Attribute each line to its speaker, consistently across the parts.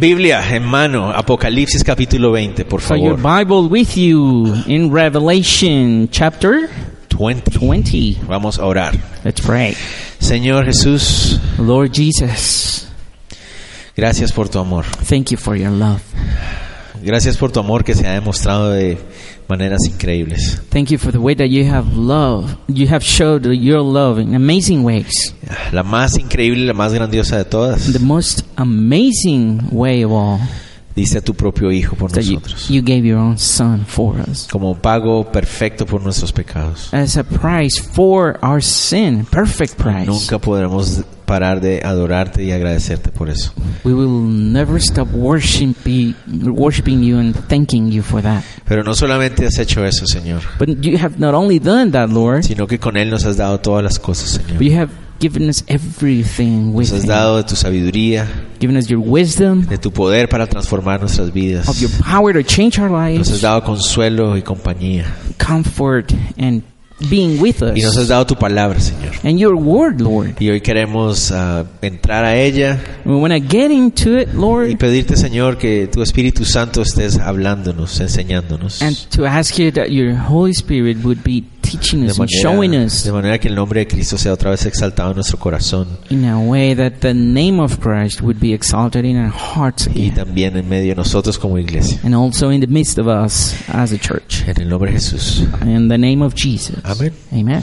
Speaker 1: Biblia en mano, Apocalipsis capítulo 20, por
Speaker 2: So your
Speaker 1: favor.
Speaker 2: Bible with you in Revelation chapter
Speaker 1: 20.
Speaker 2: 20.
Speaker 1: Vamos a orar.
Speaker 2: Let's pray.
Speaker 1: Señor Jesús,
Speaker 2: Lord Jesus,
Speaker 1: gracias por tu amor.
Speaker 2: thank you for your love.
Speaker 1: Gracias por tu amor que se ha demostrado de maneras increíbles.
Speaker 2: Thank you for the way that you have love. You have showed your love in amazing ways.
Speaker 1: La más increíble y la más grandiosa de todas.
Speaker 2: The most amazing way of all
Speaker 1: Diste a tu propio Hijo por
Speaker 2: that you,
Speaker 1: nosotros.
Speaker 2: you gave your own son for us
Speaker 1: Como pago perfecto por nuestros pecados.
Speaker 2: as a price for our sin, perfect price.
Speaker 1: Nunca podremos parar de adorarte y agradecerte por eso.
Speaker 2: We will never stop worshiping, worshiping you and thanking you for that.
Speaker 1: Pero no solamente has hecho eso, Señor,
Speaker 2: But you have not only done that, Lord,
Speaker 1: sino que con Él nos has dado todas las cosas,
Speaker 2: but
Speaker 1: Señor.
Speaker 2: you have given us everything with
Speaker 1: Nos has
Speaker 2: you.
Speaker 1: dado de tu sabiduría,
Speaker 2: given us your wisdom,
Speaker 1: de tu poder para transformar nuestras vidas.
Speaker 2: of your power to change our
Speaker 1: Nos has
Speaker 2: lives,
Speaker 1: dado consuelo y compañía.
Speaker 2: comfort, and being with
Speaker 1: Y nos has
Speaker 2: us,
Speaker 1: dado tu palabra, Señor.
Speaker 2: and your word, Lord.
Speaker 1: Y hoy queremos ah, entrar a ella
Speaker 2: And when I get into it,
Speaker 1: y
Speaker 2: Lord,
Speaker 1: pedirte, Señor, que tu Espíritu Santo estés hablándonos, enseñándonos.
Speaker 2: and to ask you that your Holy Spirit would be teaching
Speaker 1: De
Speaker 2: us and showing
Speaker 1: manera,
Speaker 2: us
Speaker 1: de manera que el nombre de Cristo sea otra vez exaltado en nuestro corazón
Speaker 2: in a way that the name of Christ would be exalted in our hearts
Speaker 1: y
Speaker 2: again,
Speaker 1: también en medio de nosotros como iglesia.
Speaker 2: and also in the midst of us as a church.
Speaker 1: En el nombre de Jesús.
Speaker 2: In the name of Jesus.
Speaker 1: Amén.
Speaker 2: Amen.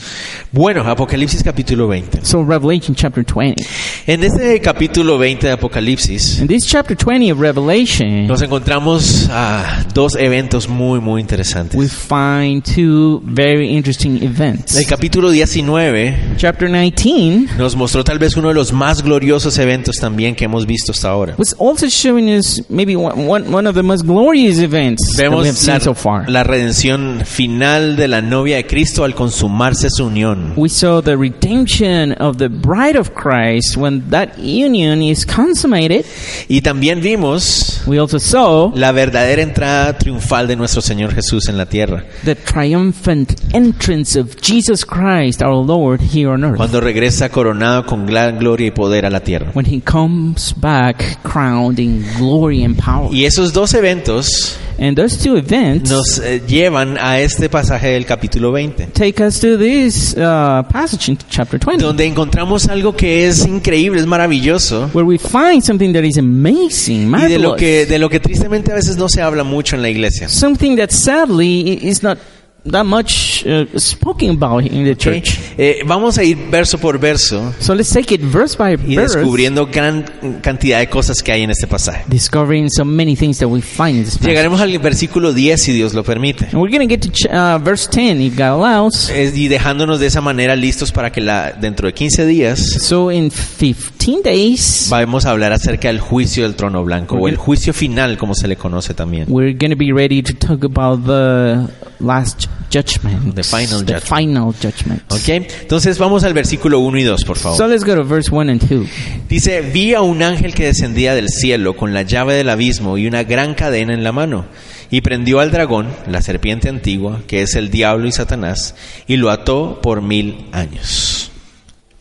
Speaker 1: Bueno, Apocalipsis capítulo 20.
Speaker 2: So, Revelation chapter 20.
Speaker 1: En este capítulo 20 de Apocalipsis
Speaker 2: In this chapter 20 of Revelation,
Speaker 1: nos encontramos a dos eventos muy, muy interesantes.
Speaker 2: we find two very interesting events.
Speaker 1: El capítulo 19
Speaker 2: Chapter 19
Speaker 1: nos mostró tal vez uno de los más gloriosos eventos también que hemos visto hasta ahora.
Speaker 2: was also showing us maybe one, one, one of the most glorious events that we have
Speaker 1: Vemos
Speaker 2: seen so
Speaker 1: la,
Speaker 2: far.
Speaker 1: la redención final de la novia de Cristo al consumarse su unión.
Speaker 2: We saw the redemption of the bride of Christ when that union is consummated.
Speaker 1: Y también vimos
Speaker 2: We also saw
Speaker 1: la verdadera entrada triunfal de nuestro Señor Jesús en la tierra.
Speaker 2: the triumphant entrance of Jesus Christ our Lord here on earth.
Speaker 1: Cuando regresa coronado con gran gloria y poder a la tierra.
Speaker 2: When he comes back crowned in glory and power.
Speaker 1: Y esos dos eventos
Speaker 2: And those two events
Speaker 1: nos eh, llevan a este pasaje del capítulo 20,
Speaker 2: take us to this uh, passage in chapter 20,
Speaker 1: donde encontramos algo que es increíble, es maravilloso,
Speaker 2: where we find something that is amazing,
Speaker 1: y de lo
Speaker 2: marvelous,
Speaker 1: que, de lo que tristemente a veces no se habla mucho en la iglesia.
Speaker 2: something that sadly i- is not that much uh, spoken about in the
Speaker 1: ¿ok?
Speaker 2: church.
Speaker 1: Eh, vamos a ir verso por verso
Speaker 2: So let's take it verse by
Speaker 1: y
Speaker 2: verse,
Speaker 1: descubriendo gran cantidad de cosas que hay en este pasaje.
Speaker 2: discovering so many things that we find in this passage.
Speaker 1: Llegaremos al versículo 10 si Dios lo permite.
Speaker 2: And we're going to get to ch- uh, verse 10 if God allows.
Speaker 1: Es- y dejándonos de esa manera listos para que la, dentro de 15 días
Speaker 2: So in 15 days,
Speaker 1: vamos a hablar acerca del juicio del trono blanco o el juicio final como se le conoce también.
Speaker 2: we're going to be ready to talk about the last judgment.
Speaker 1: The final
Speaker 2: The
Speaker 1: judgment.
Speaker 2: final judgment.
Speaker 1: ¿Ok? Entonces vamos al versículo 1 y 2, por
Speaker 2: So
Speaker 1: favor.
Speaker 2: let's go to verse 1 and 2.
Speaker 1: Dice, vi a un ángel que descendía del cielo con la llave del abismo y una gran cadena en la mano, y prendió al dragón, la serpiente antigua, que es el diablo y Satanás, y lo ató por mil años.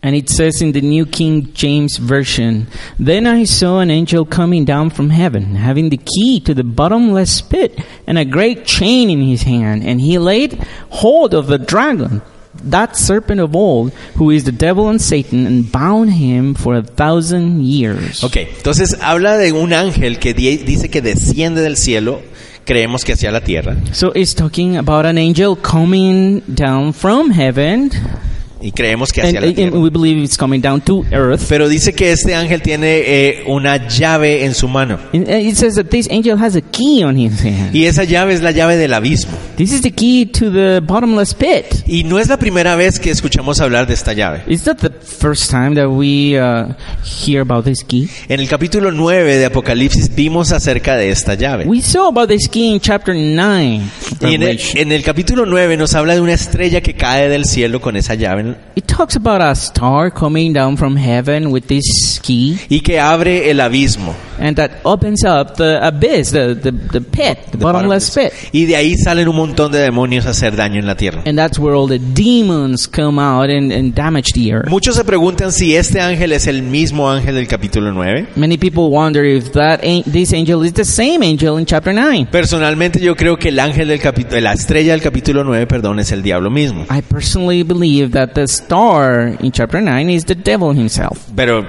Speaker 2: And it says in the New King James Version Then I saw an angel coming down from heaven, having the key to the bottomless pit, and a great chain in his hand. And he laid hold of the dragon, that serpent of old, who is the devil and Satan, and bound him for a thousand years.
Speaker 1: Ok, entonces habla de un ángel que di- dice que desciende del cielo, creemos que hacia la tierra,
Speaker 2: So it's talking about an angel coming down from heaven,
Speaker 1: y creemos que
Speaker 2: and,
Speaker 1: hacia la tierra.
Speaker 2: and we believe it's coming down to earth.
Speaker 1: Pero dice que este ángel tiene eh, una llave en su mano,
Speaker 2: And and it says that this angel has a key on his hand.
Speaker 1: y esa llave es la llave del abismo.
Speaker 2: This is the key to the bottomless pit.
Speaker 1: Y no es la primera vez que escuchamos hablar de esta llave.
Speaker 2: Is that the first time that we uh, hear about this key?
Speaker 1: En el capítulo 9 de Apocalipsis vimos acerca de esta llave.
Speaker 2: We saw about this key in chapter 9. of
Speaker 1: Y en el,
Speaker 2: Revelation.
Speaker 1: en el capítulo 9 nos habla de una estrella que cae del cielo con esa llave en-
Speaker 2: It talks about a star coming down from heaven with this key
Speaker 1: y que abre el abismo.
Speaker 2: and that opens up the abyss, the, the, the pit,
Speaker 1: The
Speaker 2: the, bottomless
Speaker 1: bottomless.
Speaker 2: pit.
Speaker 1: Y de ahí salen un montón de demonios a hacer daño en la tierra.
Speaker 2: And that's where all the demons come out and, and damage the earth.
Speaker 1: Muchos se preguntan si este ángel es el mismo ángel del capítulo 9.
Speaker 2: Many people wonder if that an- this angel is the same angel in chapter 9.
Speaker 1: Personalmente yo creo que el ángel del capítulo, la estrella del capítulo 9, perdón, es el diablo mismo.
Speaker 2: I personally believe that the star in chapter 9 is the devil himself.
Speaker 1: Pero,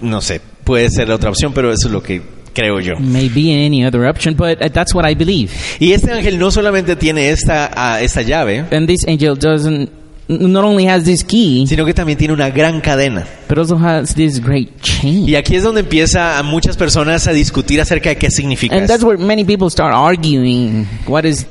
Speaker 1: no sé, puede ser otra opción, pero eso es lo que creo yo.
Speaker 2: Maybe any other option, but uh, that's what I believe.
Speaker 1: Y este ángel no solamente tiene esta, ah, esta llave,
Speaker 2: And this angel doesn't, n- not only has this key,
Speaker 1: sino que también tiene una gran cadena.
Speaker 2: but also has this great chain.
Speaker 1: Y aquí es donde empieza a muchas personas a discutir acerca de qué significa
Speaker 2: And
Speaker 1: esto.
Speaker 2: that's where many people start arguing. What is,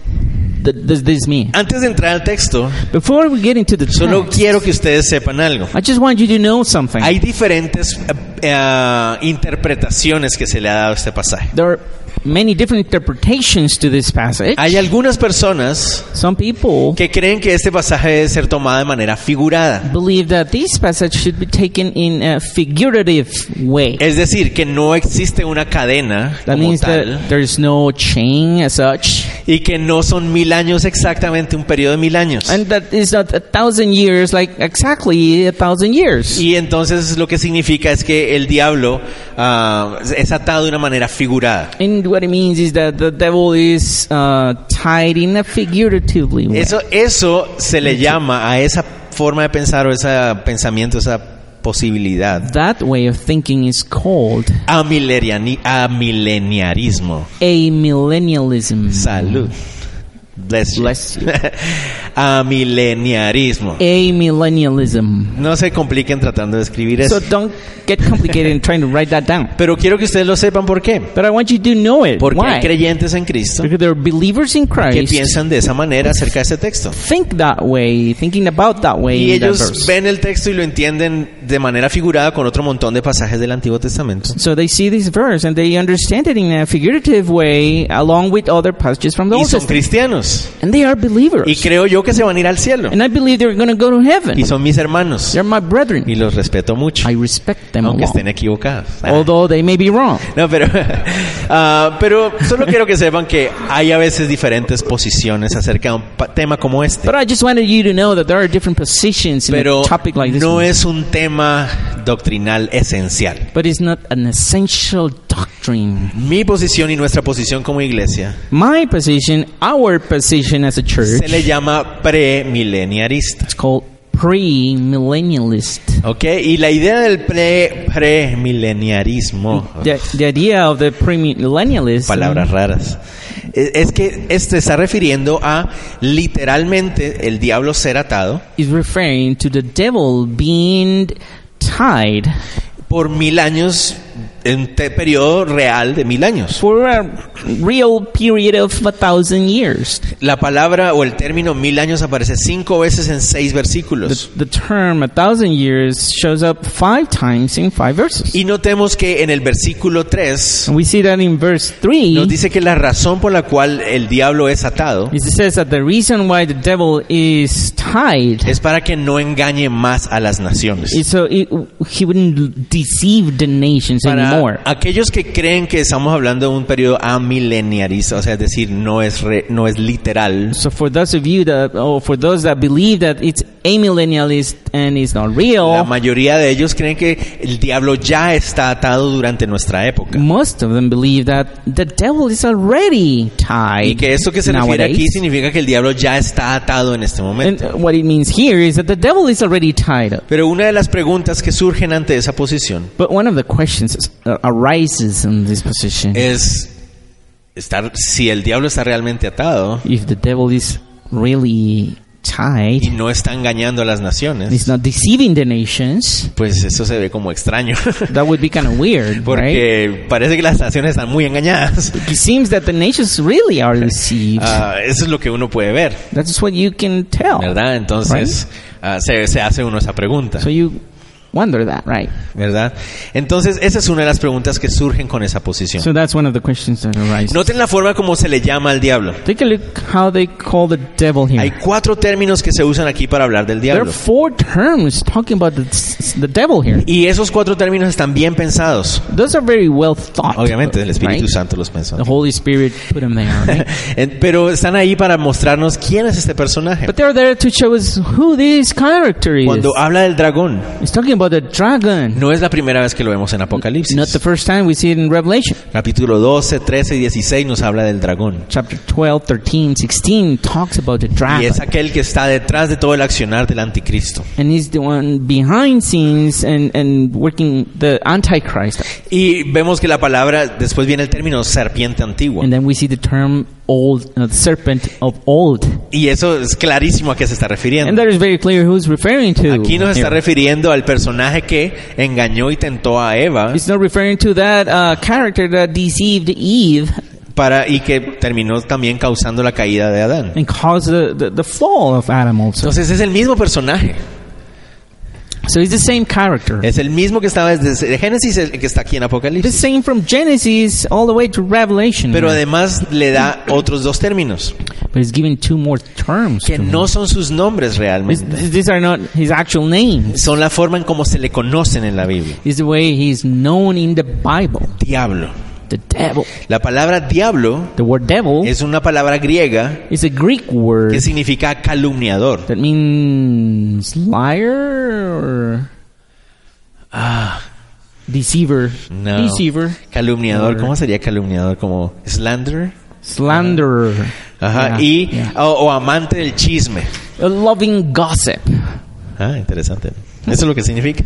Speaker 2: th- does this mean?
Speaker 1: Antes de entrar al texto,
Speaker 2: Before we get into the
Speaker 1: solo
Speaker 2: text,
Speaker 1: quiero que ustedes sepan algo.
Speaker 2: I just want you to know something.
Speaker 1: Hay diferentes eh, eh, interpretaciones que se le ha dado a este pasaje.
Speaker 2: There are many different interpretations to this passage.
Speaker 1: Hay algunas personas
Speaker 2: Some people
Speaker 1: que creen que este pasaje debe ser tomado de manera figurada.
Speaker 2: believe that this passage should be taken in a figurative way.
Speaker 1: Es decir, que no existe una cadena
Speaker 2: That
Speaker 1: como
Speaker 2: means
Speaker 1: tal
Speaker 2: that there's no chain as such,
Speaker 1: y que no son mil años exactamente un periodo de mil años.
Speaker 2: and that is not a thousand years, like exactly a thousand years.
Speaker 1: Y entonces lo que significa es que el diablo ah, es atado de una manera figurada.
Speaker 2: And what it means is that the devil is uh, tied in a figuratively way.
Speaker 1: Eso, eso se le llama a esa forma de pensar o ese pensamiento, esa posibilidad,
Speaker 2: That way of thinking is called
Speaker 1: a, mileriani- a mileniarismo.
Speaker 2: a millennialism.
Speaker 1: Salud. Bless you.
Speaker 2: Bless you. Eh.
Speaker 1: a mileniarismo.
Speaker 2: A millennialism.
Speaker 1: No se compliquen tratando de escribir
Speaker 2: So
Speaker 1: eso.
Speaker 2: don't get complicated in trying to write that down.
Speaker 1: Pero quiero que ustedes lo sepan por qué.
Speaker 2: But I want you to know it.
Speaker 1: Porque hay
Speaker 2: Why?
Speaker 1: creyentes en Cristo
Speaker 2: Because there are believers in
Speaker 1: que
Speaker 2: Christ
Speaker 1: piensan de esa manera acerca de este texto.
Speaker 2: think that way, thinking about that way.
Speaker 1: Y
Speaker 2: in that
Speaker 1: ellos
Speaker 2: verse.
Speaker 1: ven el texto y lo entienden de manera figurada con otro montón de pasajes del Antiguo Testamento.
Speaker 2: So they see this verse and they understand it in a figurative way, along with other passages from the
Speaker 1: Y
Speaker 2: Old
Speaker 1: son
Speaker 2: Testament.
Speaker 1: cristianos.
Speaker 2: And they are believers.
Speaker 1: Y creo yo que se van a ir al cielo.
Speaker 2: and I believe they're going to go to heaven.
Speaker 1: Y son mis hermanos.
Speaker 2: They're my brethren.
Speaker 1: Y los respeto mucho.
Speaker 2: I respect them a
Speaker 1: Aunque
Speaker 2: lot,
Speaker 1: estén equivocados. Ah.
Speaker 2: although they may be wrong.
Speaker 1: No, pero, ah, pero solo quiero que sepan que hay a veces diferentes posiciones acerca de un pa- tema como este.
Speaker 2: But I just wanted you to know that there are different positions in
Speaker 1: Pero
Speaker 2: a topic like this.
Speaker 1: no
Speaker 2: one.
Speaker 1: es un tema doctrinal esencial.
Speaker 2: but it's not an essential doctrine.
Speaker 1: Mi posición y nuestra posición como iglesia
Speaker 2: My position, our position as a church,
Speaker 1: se le llama premileniarista.
Speaker 2: it's called pre-millennialist.
Speaker 1: ¿Ok? Y la idea del pre, premileniarismo,
Speaker 2: The, the idea of the premillennialist
Speaker 1: palabras raras, es, es que este está refiriendo a literalmente el diablo ser atado
Speaker 2: is referring to the devil being tied
Speaker 1: por mil años, en un te- periodo real de mil años.
Speaker 2: for a real period of a thousand years.
Speaker 1: La palabra o el término mil años aparece cinco veces en seis versículos.
Speaker 2: The term a thousand years shows up five times in five verses.
Speaker 1: Y notemos que en el versículo 3
Speaker 2: And we see that in verse 3,
Speaker 1: nos dice que la razón por la cual el diablo es atado
Speaker 2: it says that the reason why the devil is tied
Speaker 1: es para que no engañe más a las naciones.
Speaker 2: is so it, he wouldn't deceive the nations anymore.
Speaker 1: Para aquellos que creen que estamos hablando de un periodo amileniarista, o sea, es decir, no es re- no es literal.
Speaker 2: So for those of you that, or for those that believe that it's a millennialist and it's not
Speaker 1: La
Speaker 2: real,
Speaker 1: mayoría de ellos creen que el diablo ya está atado durante nuestra época.
Speaker 2: most of them believe that the devil is already
Speaker 1: Y
Speaker 2: tied
Speaker 1: que esto que se refiere
Speaker 2: nowadays.
Speaker 1: aquí significa que el diablo ya está atado en este
Speaker 2: And
Speaker 1: momento.
Speaker 2: uh, what it means here is that the devil is already tied up.
Speaker 1: Pero una de las preguntas que surgen ante esa posición
Speaker 2: But one of the questions is- uh, arises in this position:
Speaker 1: Eh. es estar si el diablo está realmente atado
Speaker 2: if the devil is really tied,
Speaker 1: y no está engañando a las
Speaker 2: and he's
Speaker 1: naciones,
Speaker 2: not deceiving the nations,
Speaker 1: pues eso se ve como extraño.
Speaker 2: that would be kind of weird, right?
Speaker 1: Porque parece que las naciones están muy engañadas.
Speaker 2: It seems that the nations really are deceived.
Speaker 1: Ah, eso es lo que uno puede ver,
Speaker 2: That's what you can tell.
Speaker 1: ¿verdad? Entonces ah, se, se hace uno esa pregunta.
Speaker 2: So you wonder that, right?
Speaker 1: ¿verdad? Entonces, esa es una de las preguntas que surgen con esa posición.
Speaker 2: So that's one of the questions that arises.
Speaker 1: Noten la forma como se le llama al diablo.
Speaker 2: Take a look how they call the devil here.
Speaker 1: Hay cuatro términos que se usan aquí para hablar del
Speaker 2: there are
Speaker 1: diablo.
Speaker 2: four terms talking about the, the devil here.
Speaker 1: Y esos cuatro términos están bien pensados.
Speaker 2: Those are very well thought.
Speaker 1: Obviamente, el Espíritu
Speaker 2: right?
Speaker 1: Santo los pensó.
Speaker 2: The Holy Spirit put him there. right?
Speaker 1: En- Pero están ahí para mostrarnos quién es este personaje.
Speaker 2: but they're there to show us who this character is.
Speaker 1: Cuando habla del dragón,
Speaker 2: It's talking about the dragon.
Speaker 1: no es la primera vez que lo vemos en Apocalipsis.
Speaker 2: Not the first time we see it in Revelation.
Speaker 1: Capítulo 12, 13 y 16 nos habla del dragón.
Speaker 2: Chapter 12, 13, 16 talks about the
Speaker 1: Y
Speaker 2: dragon.
Speaker 1: es aquel que está detrás de todo el accionar del anticristo.
Speaker 2: and he's the one behind scenes and, and working the Antichrist.
Speaker 1: Y vemos que la palabra, después viene el término serpiente antigua.
Speaker 2: And then we see the term old, uh, serpent of old.
Speaker 1: Y eso es clarísimo a qué se está
Speaker 2: And
Speaker 1: refiriendo.
Speaker 2: that is very clear who's referring to.
Speaker 1: Aquí nos está
Speaker 2: here.
Speaker 1: refiriendo al personaje que engañó y tentó a Eva
Speaker 2: It's not referring to that uh, character that deceived Eve
Speaker 1: para, y que terminó también causando la caída de Adán.
Speaker 2: and caused the, the, the fall of Adam also.
Speaker 1: Entonces es el mismo personaje.
Speaker 2: So it's the same character.
Speaker 1: Es el mismo que estaba desde Génesis, el que está aquí en
Speaker 2: The
Speaker 1: Apocalipsis.
Speaker 2: same from Genesis all the way to Revelation.
Speaker 1: Pero
Speaker 2: here.
Speaker 1: además le da otros dos términos,
Speaker 2: but it's giving two more terms.
Speaker 1: que
Speaker 2: to him.
Speaker 1: no son sus nombres
Speaker 2: This-
Speaker 1: realmente.
Speaker 2: these are not his actual names.
Speaker 1: Son la forma en cómo se le conocen en la Biblia.
Speaker 2: It's the way he's known in the Bible.
Speaker 1: Diablo.
Speaker 2: The devil.
Speaker 1: La palabra diablo
Speaker 2: The word devil
Speaker 1: es una palabra griega
Speaker 2: is a Greek word
Speaker 1: que significa calumniador.
Speaker 2: that means liar or uh, deceiver.
Speaker 1: No.
Speaker 2: Deceiver.
Speaker 1: Calumniador, ¿cómo sería calumniador? Como slander.
Speaker 2: Slanderer.
Speaker 1: Ajá.
Speaker 2: Yeah,
Speaker 1: y
Speaker 2: yeah.
Speaker 1: O, o amante del chisme.
Speaker 2: A loving gossip.
Speaker 1: Ah, interesante. Eso es lo que significa.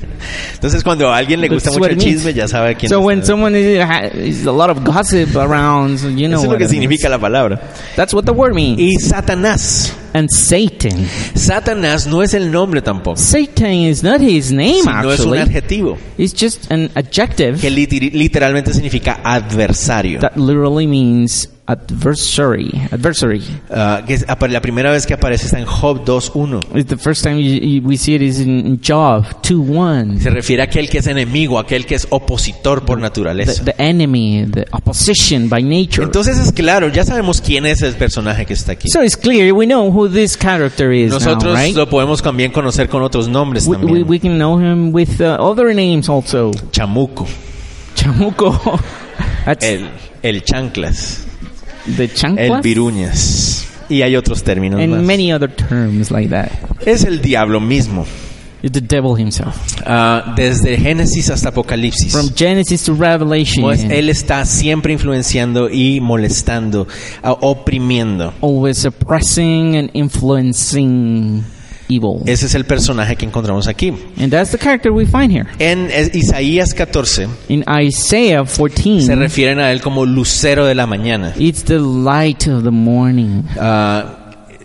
Speaker 1: Entonces, cuando a alguien le
Speaker 2: That's
Speaker 1: gusta mucho
Speaker 2: what
Speaker 1: el
Speaker 2: it means.
Speaker 1: chisme, ya sabe quién
Speaker 2: So
Speaker 1: es.
Speaker 2: when someone is, is a lot of gossip around, so you
Speaker 1: Eso
Speaker 2: know
Speaker 1: es lo
Speaker 2: what
Speaker 1: que
Speaker 2: it means.
Speaker 1: significa la palabra.
Speaker 2: That's what the word means.
Speaker 1: Y Satanás.
Speaker 2: And Satan.
Speaker 1: Satanás no es el nombre tampoco.
Speaker 2: Satan is not his name
Speaker 1: No es un
Speaker 2: actually.
Speaker 1: adjetivo
Speaker 2: It's just an adjective
Speaker 1: que liti- literalmente significa adversario.
Speaker 2: that literally means adversary. Adversary.
Speaker 1: Ah, que es- apa- la primera vez que aparece está en Job 2.1.
Speaker 2: It's the first time you, you, we see it is in in Job 2 1.
Speaker 1: Se refiere a aquel que es enemigo, aquel que es opositor por
Speaker 2: The,
Speaker 1: naturaleza.
Speaker 2: the enemy, the opposition by nature.
Speaker 1: Entonces es claro, ya sabemos quién es el personaje que está aquí.
Speaker 2: So it's clear, we know who this character is now,
Speaker 1: Nosotros
Speaker 2: right?
Speaker 1: lo podemos también conocer con otros nombres
Speaker 2: We, we,
Speaker 1: también.
Speaker 2: we can know him with uh, other names also.
Speaker 1: Chamuco,
Speaker 2: Chamuco. That's
Speaker 1: el, el chanclas,
Speaker 2: the
Speaker 1: el
Speaker 2: chancla.
Speaker 1: viruñas. Y hay otros términos
Speaker 2: And
Speaker 1: más.
Speaker 2: many other terms like that.
Speaker 1: Es el diablo mismo.
Speaker 2: It's the devil himself.
Speaker 1: Ah, desde Génesis hasta Apocalipsis.
Speaker 2: From Genesis to Revelation.
Speaker 1: Pues él está siempre influenciando y molestando, ah, oprimiendo.
Speaker 2: always oppressing and influencing evil.
Speaker 1: Ese es el personaje que encontramos aquí.
Speaker 2: and that's the character we find here.
Speaker 1: En eh, Isaías 14
Speaker 2: In Isaiah
Speaker 1: se
Speaker 2: 14,
Speaker 1: refieren a él como lucero de la mañana.
Speaker 2: it's the light of the morning.
Speaker 1: Ah,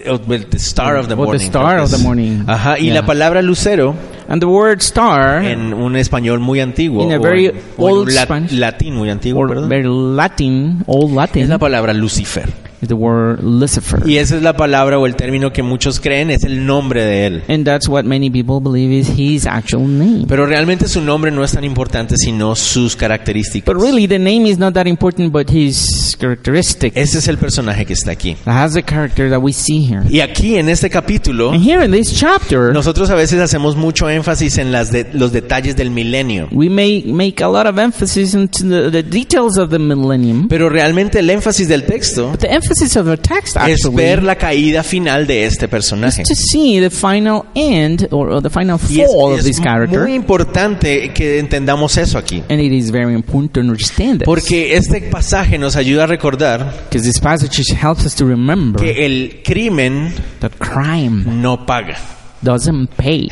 Speaker 1: eh, the star of the
Speaker 2: O the
Speaker 1: morning.
Speaker 2: star
Speaker 1: creo que
Speaker 2: of the
Speaker 1: es.
Speaker 2: morning.
Speaker 1: Ajá, y
Speaker 2: Yeah.
Speaker 1: la palabra lucero
Speaker 2: And the word star,
Speaker 1: en un español muy antiguo
Speaker 2: In a
Speaker 1: o
Speaker 2: very
Speaker 1: en- o en
Speaker 2: old
Speaker 1: un lat-
Speaker 2: Spanish.
Speaker 1: latín muy antiguo,
Speaker 2: or
Speaker 1: perdón.
Speaker 2: very Latin, old
Speaker 1: Es
Speaker 2: Latin,
Speaker 1: la palabra Lucifer.
Speaker 2: is the word Lucifer.
Speaker 1: Y esa es la palabra o el término que muchos creen es el nombre de él.
Speaker 2: And that's what many people believe is his actual name.
Speaker 1: Pero realmente su nombre no es tan importante sino sus
Speaker 2: But
Speaker 1: características.
Speaker 2: really, the name is not that important, but his characteristic. That
Speaker 1: Ese es el personaje que está aquí.
Speaker 2: has the character that we see here.
Speaker 1: Y aquí en este capítulo
Speaker 2: And here in this chapter,
Speaker 1: Nosotros a veces hacemos mucho énfasis en las de- los detalles del milenio,
Speaker 2: We may make a lot of emphasis into the, the details of the millennium,
Speaker 1: pero realmente el énfasis del texto
Speaker 2: but the emphasis of the text
Speaker 1: es ver
Speaker 2: actually
Speaker 1: la caída final de este personaje.
Speaker 2: is to see the final end or, or the final
Speaker 1: Y es,
Speaker 2: fall of
Speaker 1: es
Speaker 2: this
Speaker 1: muy
Speaker 2: character,
Speaker 1: importante que entendamos eso aquí,
Speaker 2: and it is very important to understand this
Speaker 1: porque este pasaje nos ayuda a recordar
Speaker 2: because this passage helps us to remember
Speaker 1: que el crimen
Speaker 2: that crime
Speaker 1: no paga.
Speaker 2: doesn't pay.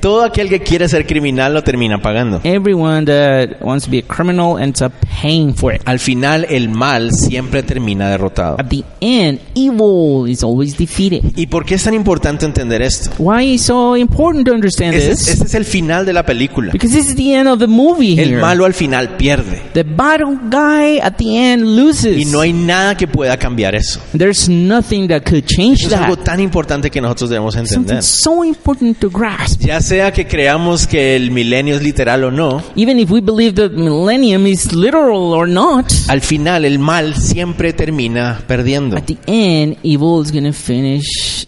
Speaker 1: Todo aquel que quiere ser criminal lo termina pagando.
Speaker 2: Everyone that wants to be a criminal ends up paying for it.
Speaker 1: Al final el mal siempre termina derrotado.
Speaker 2: At the end, evil is always defeated.
Speaker 1: ¿Y por qué es tan importante entender esto?
Speaker 2: Why is so important to understand
Speaker 1: Este es,
Speaker 2: this?
Speaker 1: este es el final de la película.
Speaker 2: Because this is the end of the movie
Speaker 1: El
Speaker 2: here.
Speaker 1: malo al final pierde.
Speaker 2: The battle guy at the end
Speaker 1: Y
Speaker 2: loses.
Speaker 1: no hay nada que pueda cambiar eso.
Speaker 2: There's nothing that could change
Speaker 1: Eso es algo
Speaker 2: that.
Speaker 1: tan importante que nosotros debemos entender.
Speaker 2: Something so important to grasp.
Speaker 1: Ya sea que creamos que el milenio es literal o no,
Speaker 2: Even if we believe that millennium is literal or not,
Speaker 1: al final el mal siempre termina perdiendo.
Speaker 2: at the end, evil is going to finish,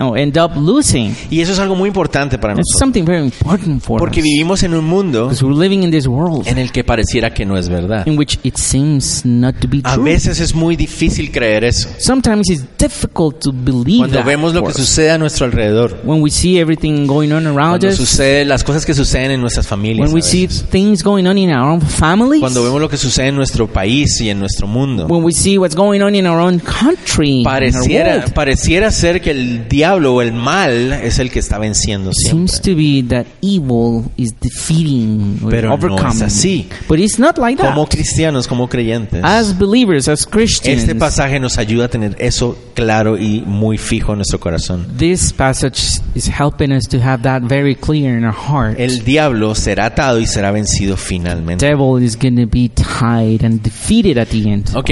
Speaker 2: oh, end up losing.
Speaker 1: Y eso es algo muy importante para
Speaker 2: It's
Speaker 1: nosotros.
Speaker 2: something very important for
Speaker 1: Porque
Speaker 2: us.
Speaker 1: vivimos en un mundo
Speaker 2: Because we're living in this world
Speaker 1: en el que pareciera que no es verdad.
Speaker 2: in which it seems not to be
Speaker 1: A
Speaker 2: true.
Speaker 1: veces es muy difícil creer eso.
Speaker 2: Sometimes it's difficult to believe
Speaker 1: Cuando
Speaker 2: that.
Speaker 1: vemos lo
Speaker 2: for
Speaker 1: que
Speaker 2: us.
Speaker 1: sucede a nuestro alrededor.
Speaker 2: when we see everything going on around
Speaker 1: Cuando
Speaker 2: us,
Speaker 1: sucede las cosas que suceden en nuestras familias.
Speaker 2: when
Speaker 1: a
Speaker 2: we see
Speaker 1: veces.
Speaker 2: things going on in our own families,
Speaker 1: Cuando vemos lo que sucede en nuestro país y en nuestro mundo.
Speaker 2: when we see what's going on in our own country, in our
Speaker 1: Pareciera,
Speaker 2: world,
Speaker 1: pareciera ser que el diablo o el mal es el que está venciendo siempre.
Speaker 2: seems to be that evil is defeating or
Speaker 1: Pero no es
Speaker 2: overcoming.
Speaker 1: así.
Speaker 2: But it's not like that.
Speaker 1: Como cristianos, como creyentes,
Speaker 2: as believers, as Christians,
Speaker 1: este pasaje nos ayuda a tener eso claro y muy fijo en nuestro corazón.
Speaker 2: this passage is helping us to have that very clear in our heart.
Speaker 1: El diablo será atado y será vencido finalmente.
Speaker 2: devil is going to be tied and defeated at the end.
Speaker 1: Ok,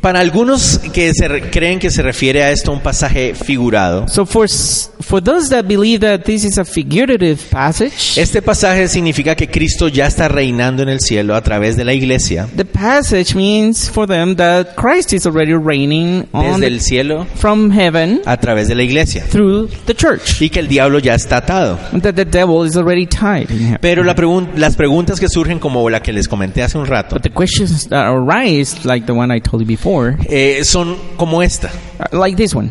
Speaker 1: para algunos que se re- creen que se refiere a esto un pasaje figurado,
Speaker 2: So for s- for those that believe that this is a figurative passage,
Speaker 1: este pasaje significa que Cristo ya está reinando en el cielo a través de la iglesia,
Speaker 2: the passage means for them that Christ is already reigning on
Speaker 1: desde
Speaker 2: the-
Speaker 1: el cielo
Speaker 2: from heaven
Speaker 1: a través de la iglesia,
Speaker 2: through the church.
Speaker 1: y que el diablo ya está atado.
Speaker 2: And That the devil is already tied. in him.
Speaker 1: Pero la pregun- las preguntas que surgen, como la que les comenté hace un rato,
Speaker 2: But the questions that arise, like the one I told you before,
Speaker 1: eh, son como esta.
Speaker 2: are like this one.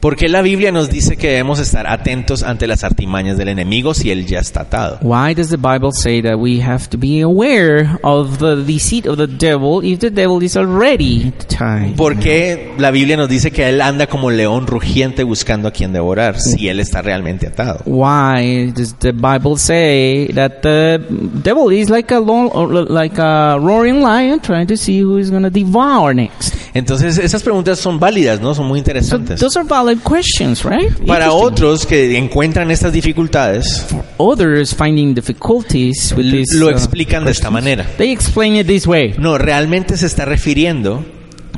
Speaker 1: ¿Por qué la Biblia nos dice que debemos estar atentos ante las artimañas del enemigo si él ya está atado?
Speaker 2: Why does the Bible say that we have to be aware of the deceit of the devil if the devil is already tied?
Speaker 1: ¿Por qué la Biblia nos dice que él anda como león rugiente buscando a quien devorar si él está realmente atado?
Speaker 2: why does the Bible say that the devil is like a lo- or like a roaring lion trying to see who is going to devour next?
Speaker 1: Entonces, esas preguntas son válidas, ¿no? Son muy interesantes.
Speaker 2: Those are valid questions, right?
Speaker 1: Para
Speaker 2: Interesting.
Speaker 1: otros que encuentran estas dificultades,
Speaker 2: others finding difficulties with this,
Speaker 1: lo
Speaker 2: uh,
Speaker 1: explican de esta manera.
Speaker 2: they explain it this way.
Speaker 1: No, realmente se está refiriendo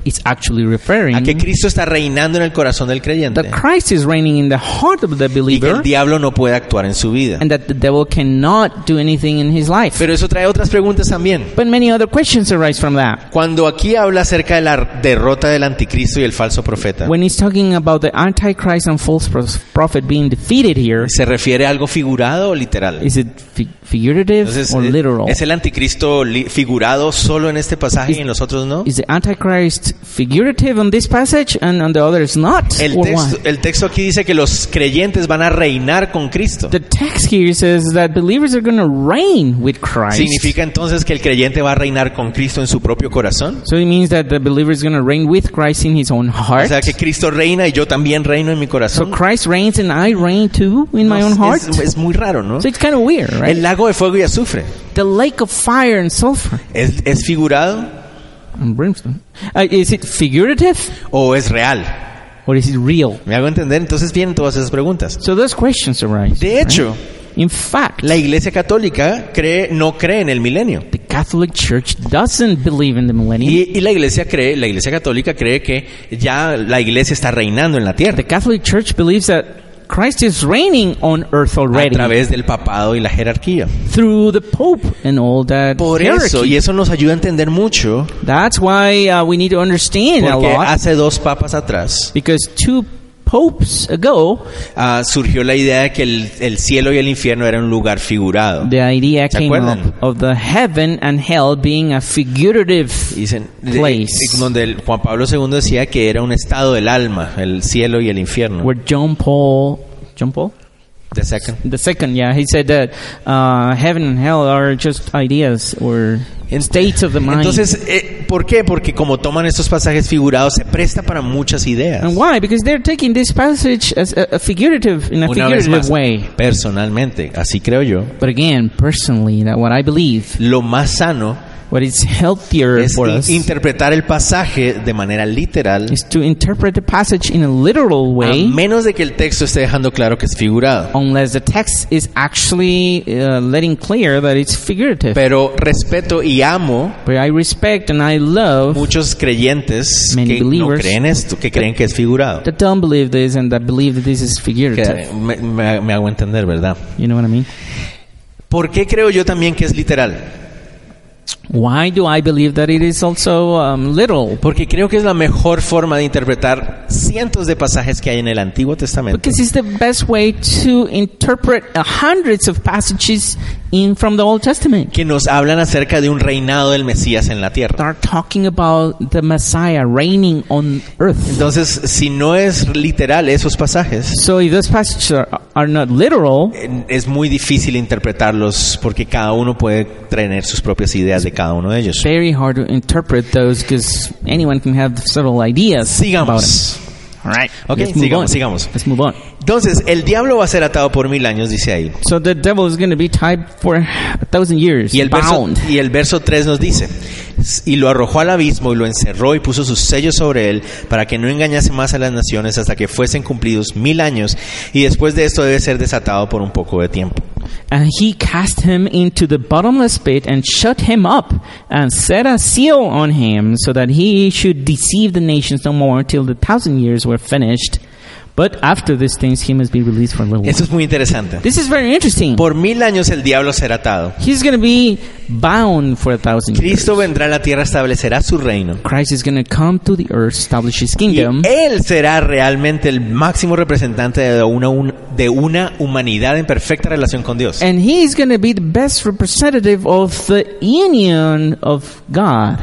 Speaker 2: It's actually referring
Speaker 1: a que Cristo está reinando en el corazón del creyente
Speaker 2: that Christ is reigning in the heart of the
Speaker 1: y que
Speaker 2: believer,
Speaker 1: el diablo no puede actuar en su vida.
Speaker 2: and that the devil cannot do anything in his life.
Speaker 1: Pero eso trae otras preguntas también.
Speaker 2: but many other questions arise from that.
Speaker 1: Cuando aquí habla acerca de la derrota del anticristo y el falso profeta,
Speaker 2: When he's talking about the Antichrist and false pros- prophet being defeated here,
Speaker 1: ¿se refiere a algo figurado o literal?
Speaker 2: is it fi- figurative
Speaker 1: Entonces,
Speaker 2: or
Speaker 1: eh,
Speaker 2: literal?
Speaker 1: ¿es el anticristo li- figurado solo en este pasaje y en los otros no?
Speaker 2: Is the Antichrist figurative on this passage and on the others not?
Speaker 1: El
Speaker 2: or
Speaker 1: texto,
Speaker 2: what?
Speaker 1: el texto aquí dice que los creyentes van a reinar con Cristo.
Speaker 2: The text here says that believers are going to reign with Christ.
Speaker 1: ¿Significa entonces que el creyente va a reinar con Cristo en su propio corazón?
Speaker 2: so it means that the believer is going to reign with Christ in his own
Speaker 1: O
Speaker 2: heart.
Speaker 1: sea, que Cristo reina y yo también reino en mi
Speaker 2: So
Speaker 1: corazón.
Speaker 2: Christ reigns and I reign too in my own
Speaker 1: No,
Speaker 2: heart.
Speaker 1: es, es muy raro, ¿no?
Speaker 2: so it's kind of weird, right?
Speaker 1: El lago de fuego y azufre.
Speaker 2: the lake of fire and sulfur
Speaker 1: ¿Es, es figurado
Speaker 2: and brimstone. Uh, is it figurative
Speaker 1: o es real?
Speaker 2: or is it real?
Speaker 1: ¿Me hago entender? Entonces vienen todas esas preguntas.
Speaker 2: So those questions arise.
Speaker 1: De hecho,
Speaker 2: In fact,
Speaker 1: la Iglesia Católica cree, no cree en el milenio.
Speaker 2: the Catholic Church doesn't believe in the millennium.
Speaker 1: Y, y la Iglesia cree, la Iglesia Católica cree que ya la Iglesia está reinando en la
Speaker 2: The
Speaker 1: tierra
Speaker 2: Catholic Church believes that Christ is reigning on earth
Speaker 1: a
Speaker 2: already
Speaker 1: través del papado y la jerarquía.
Speaker 2: through the Pope and all that.
Speaker 1: Por
Speaker 2: hierarchy.
Speaker 1: eso, y eso nos ayuda a entender mucho,
Speaker 2: That's why uh, we need to understand a
Speaker 1: porque
Speaker 2: lot
Speaker 1: hace dos papas atrás
Speaker 2: because two popes ago,
Speaker 1: ah, surgió la idea de que el, el cielo y el infierno eran un lugar figurado.
Speaker 2: the idea
Speaker 1: ¿Se
Speaker 2: came
Speaker 1: acuerdan?
Speaker 2: up of the heaven and hell being a figurative.
Speaker 1: Dicen, de-
Speaker 2: Place.
Speaker 1: donde el Juan Pablo II decía que era un estado del alma, el cielo y el infierno.
Speaker 2: Where John Paul, John Paul,
Speaker 1: The second.
Speaker 2: the second, yeah, he said that uh, heaven and hell are just ideas or states of the mind.
Speaker 1: Entonces, eh, ¿por qué? Porque como toman estos pasajes figurados, se presta para muchas ideas.
Speaker 2: And why? Because they're taking this passage as a, a figurative in a
Speaker 1: Una vez
Speaker 2: figurative
Speaker 1: más,
Speaker 2: way.
Speaker 1: personalmente, así creo yo,
Speaker 2: But again, personally, that what I believe,
Speaker 1: lo más sano
Speaker 2: What is healthier
Speaker 1: es
Speaker 2: for
Speaker 1: in-
Speaker 2: us
Speaker 1: interpretar el pasaje de manera literal,
Speaker 2: is to interpret the passage in a literal
Speaker 1: a
Speaker 2: way,
Speaker 1: menos de que el texto esté dejando claro que es figurado.
Speaker 2: unless the text is actually uh, letting clear that it's figurative.
Speaker 1: Pero respeto y amo
Speaker 2: But I respect and I love
Speaker 1: muchos creyentes
Speaker 2: Many
Speaker 1: que no
Speaker 2: believers.
Speaker 1: creen esto, que creen que es figurado.
Speaker 2: that don't believe this and that believe that this is figurative.
Speaker 1: Que eh, me- me- me hago entender, ¿verdad?
Speaker 2: You know what I mean?
Speaker 1: ¿Por qué creo yo también que es literal?
Speaker 2: Why do I believe that it is also um, literal?
Speaker 1: Porque creo que es la mejor forma de interpretar cientos de pasajes que hay en el Antiguo Testamento.
Speaker 2: Because it's the best way to interpret uh, hundreds of passages in from the Old Testament
Speaker 1: que nos hablan acerca de un reinado del Mesías en la
Speaker 2: that
Speaker 1: tierra.
Speaker 2: are talking about the Messiah reigning on earth.
Speaker 1: Entonces, si no es literal esos pasajes,
Speaker 2: So if those passages are, are not literal,
Speaker 1: eh, es muy difícil interpretarlos porque cada uno puede tener sus propias ideas de cada uno de ellos.
Speaker 2: very hard to interpret those because anyone can have several ideas about it.
Speaker 1: Sigamos.
Speaker 2: All right.
Speaker 1: Ok,
Speaker 2: Let's move
Speaker 1: sigamos,
Speaker 2: on.
Speaker 1: sigamos.
Speaker 2: Let's move on.
Speaker 1: Entonces, el diablo va a ser atado por mil años, dice ahí.
Speaker 2: So the devil is going to be tied for a thousand years,
Speaker 1: Y el, verso,
Speaker 2: bound.
Speaker 1: y el verso 3 nos dice, y lo arrojó al abismo y lo encerró y puso sus sellos sobre él para que no engañase más a las naciones hasta que fuesen cumplidos mil años y después de esto debe ser desatado por un poco de tiempo.
Speaker 2: And he cast him into the bottomless pit and shut him up and set a seal on him so that he should deceive the nations no more till the thousand years were finished. But after these things, he must be released for a little while.
Speaker 1: Eso es muy interesante.
Speaker 2: This is very interesting.
Speaker 1: Por mil años el diablo será atado.
Speaker 2: He's going to be bound for a thousand years.
Speaker 1: Cristo vendrá a la tierra, establecerá su reino.
Speaker 2: Christ is going to come to the earth, establish his
Speaker 1: Y
Speaker 2: kingdom.
Speaker 1: él será realmente el máximo representante de una, un- de una humanidad en perfecta relación con Dios.
Speaker 2: And he is going to be the best representative of the union of God.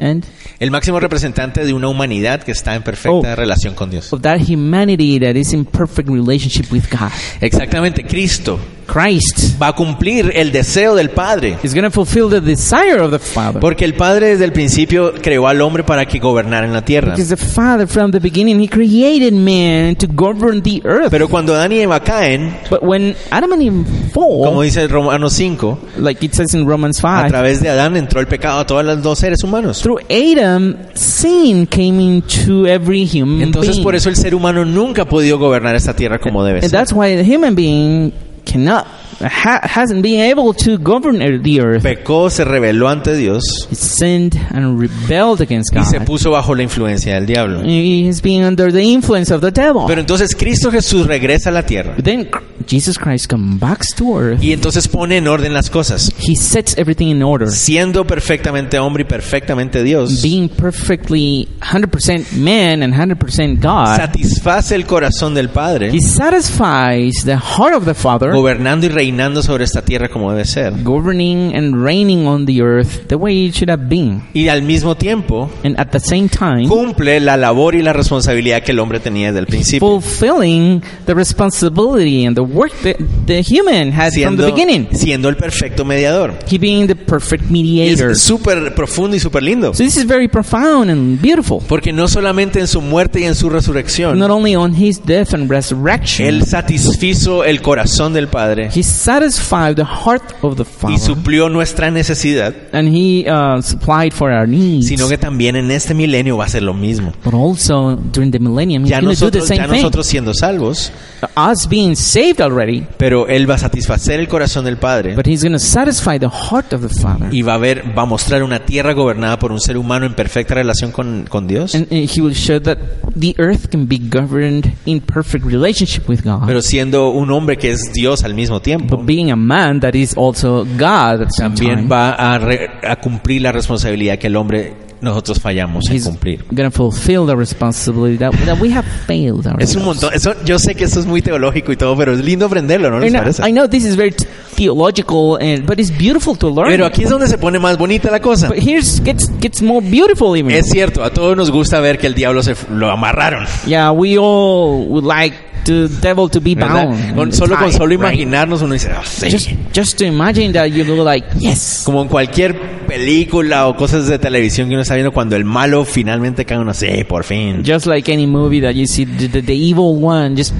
Speaker 2: And
Speaker 1: El máximo representante de una humanidad que está en perfecta
Speaker 2: Oh.
Speaker 1: relación con Dios.
Speaker 2: of that humanity that is in perfect relationship with God.
Speaker 1: Exactamente, Cristo
Speaker 2: Christ
Speaker 1: va a cumplir el deseo del Padre.
Speaker 2: is going to fulfill the desire of the Father.
Speaker 1: Porque el Padre desde el principio creó al hombre para que gobernara en la tierra.
Speaker 2: Because the Father, from the beginning, He created man to govern the earth.
Speaker 1: Pero cuando Adán y Eva caen,
Speaker 2: But when Adam and Eve
Speaker 1: como
Speaker 2: fall,
Speaker 1: dice Romanos 5,
Speaker 2: like it says in Romans
Speaker 1: a
Speaker 2: 5,
Speaker 1: través de Adán entró el pecado a todos los dos seres humanos.
Speaker 2: through Adam, sin came into every human
Speaker 1: Entonces
Speaker 2: being.
Speaker 1: por eso el ser humano nunca ha podido gobernar esta tierra como debe
Speaker 2: and
Speaker 1: ser.
Speaker 2: that's why the human being cannot, ha, hasn't been able to govern er- the earth.
Speaker 1: Pecó, se rebeló ante Dios
Speaker 2: He sinned and rebelled against
Speaker 1: y se
Speaker 2: God.
Speaker 1: puso bajo la influencia del diablo.
Speaker 2: He has been under the influence of the devil.
Speaker 1: Pero entonces Cristo Jesús regresa a la tierra
Speaker 2: But then Cr- Jesus Christ comes back to earth.
Speaker 1: y entonces pone en orden las cosas.
Speaker 2: He sets everything in order.
Speaker 1: Siendo perfectamente hombre y perfectamente Dios,
Speaker 2: Being perfectly 100% man and 100% God,
Speaker 1: satisface el corazón del Padre,
Speaker 2: he satisfies the heart of the Father,
Speaker 1: gobernando y reinando sobre esta tierra como debe ser.
Speaker 2: governing and reigning on the earth the way it should have been.
Speaker 1: Y al mismo tiempo
Speaker 2: And at the same time,
Speaker 1: cumple la labor y la responsabilidad que el hombre tenía desde el principio,
Speaker 2: fulfilling the responsibility and the work that the human had from the
Speaker 1: siendo,
Speaker 2: beginning.
Speaker 1: siendo el perfecto mediador.
Speaker 2: He being the perfect
Speaker 1: Y
Speaker 2: mediator.
Speaker 1: es
Speaker 2: So
Speaker 1: súper profundo y súper lindo.
Speaker 2: this is very profound and beautiful.
Speaker 1: Porque no solamente en su muerte y en su resurrección,
Speaker 2: Not only on his death and resurrection,
Speaker 1: Él satisfizo el corazón del Padre
Speaker 2: He satisfied the heart of the Father,
Speaker 1: y suplió nuestra necesidad,
Speaker 2: and He uh, supplied for our needs.
Speaker 1: sino que también en este milenio va a ser lo mismo.
Speaker 2: but also during the millennium, He's
Speaker 1: Ya
Speaker 2: going to do the
Speaker 1: nosotros,
Speaker 2: same
Speaker 1: ya
Speaker 2: thing.
Speaker 1: nosotros siendo salvos,
Speaker 2: Us being saved already,
Speaker 1: pero Él va a satisfacer el corazón del Padre
Speaker 2: but He's going to satisfy the heart of the Father,
Speaker 1: y va a ver, va a mostrar una tierra gobernada por un ser humano en perfecta relación con, con Dios,
Speaker 2: and, and He will show that the earth can be governed in perfect relationship with God.
Speaker 1: pero siendo un hombre que es Dios al mismo tiempo.
Speaker 2: but being a man that is also God at the same
Speaker 1: También
Speaker 2: time,
Speaker 1: va a, re- a cumplir la responsabilidad que el hombre nosotros fallamos en
Speaker 2: He's
Speaker 1: cumplir.
Speaker 2: going to fulfill the responsibility that, that we have failed.
Speaker 1: Es un
Speaker 2: ourselves.
Speaker 1: montón. Eso, yo sé que esto es muy teológico y todo, pero es lindo aprenderlo, ¿no les
Speaker 2: And I,
Speaker 1: parece?
Speaker 2: I know this is very t- theological, and but it's beautiful to learn.
Speaker 1: Pero aquí es donde se pone más bonita la cosa.
Speaker 2: But here's gets gets more beautiful even.
Speaker 1: Es cierto, a todos nos gusta ver que el diablo se f- lo amarraron.
Speaker 2: yeah, we all would like the devil to be
Speaker 1: ¿verdad?
Speaker 2: bound. and
Speaker 1: Con- solo con
Speaker 2: tied,
Speaker 1: solo
Speaker 2: right?
Speaker 1: imaginarnos uno dice, "Ah, sí".
Speaker 2: Just just to imagine that you look like yes.
Speaker 1: Como en cualquier película o cosas de televisión que uno está viendo, cuando el malo finalmente cae, uno sí, por fin.
Speaker 2: Just like any movie that you see, the, the, the evil one just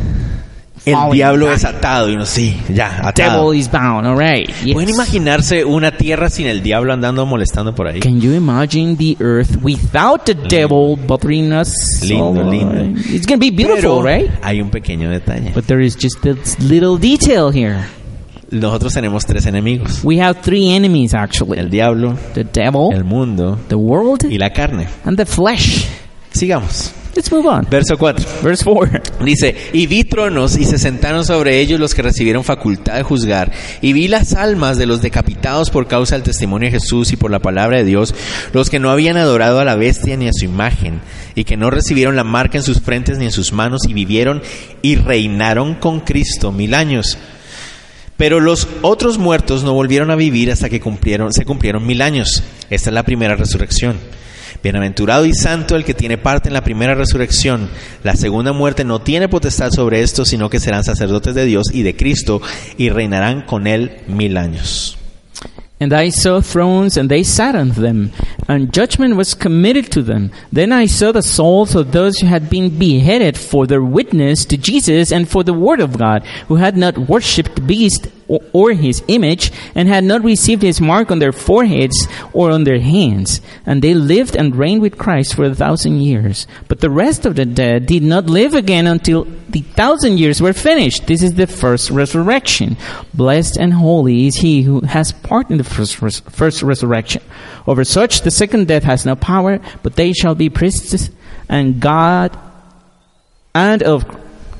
Speaker 1: El
Speaker 2: falling.
Speaker 1: diablo es atado y uno sí, ya, atado.
Speaker 2: Devil is bound. All right. yes.
Speaker 1: ¿Pueden imaginarse una tierra sin el diablo andando molestando por ahí?
Speaker 2: Can you imagine the earth without the devil bothering us?
Speaker 1: Lindo,
Speaker 2: all
Speaker 1: lindo.
Speaker 2: right? It's gonna be beautiful,
Speaker 1: Pero
Speaker 2: right?
Speaker 1: hay un pequeño detalle.
Speaker 2: But there is just this little detail here.
Speaker 1: Nosotros tenemos tres enemigos.
Speaker 2: We have three enemies actually:
Speaker 1: El diablo,
Speaker 2: the devil,
Speaker 1: el mundo
Speaker 2: the world,
Speaker 1: y la carne.
Speaker 2: and the flesh.
Speaker 1: Sigamos.
Speaker 2: Let's move on.
Speaker 1: Verso 4.
Speaker 2: Verse four.
Speaker 1: Dice, y vi tronos y se sentaron sobre ellos los que recibieron facultad de juzgar, y vi las almas de los decapitados por causa del testimonio de Jesús y por la palabra de Dios, los que no habían adorado a la bestia ni a su imagen, y que no recibieron la marca en sus frentes ni en sus manos, y vivieron y reinaron con Cristo mil años. Pero los otros muertos no volvieron a vivir hasta que cumplieron, se cumplieron mil años. Esta es la primera resurrección. Bienaventurado y santo el que tiene parte en la primera resurrección. La segunda muerte no tiene potestad sobre esto, sino que serán sacerdotes de Dios y de Cristo y reinarán con él mil años.
Speaker 2: And I saw thrones, and they sat on them, and judgment was committed to them. Then I saw the souls of those who had been beheaded for their witness to Jesus and for the Word of God, who had not worshipped the beast or, or his image, and had not received his mark on their foreheads or on their hands. And they lived and reigned with Christ for a thousand years. But the rest of the dead did not live again until the thousand years were finished. This is the first resurrection. Blessed and holy is he who has part in the first, res- first resurrection. Over such the second death has no power, but they shall be priests and God and of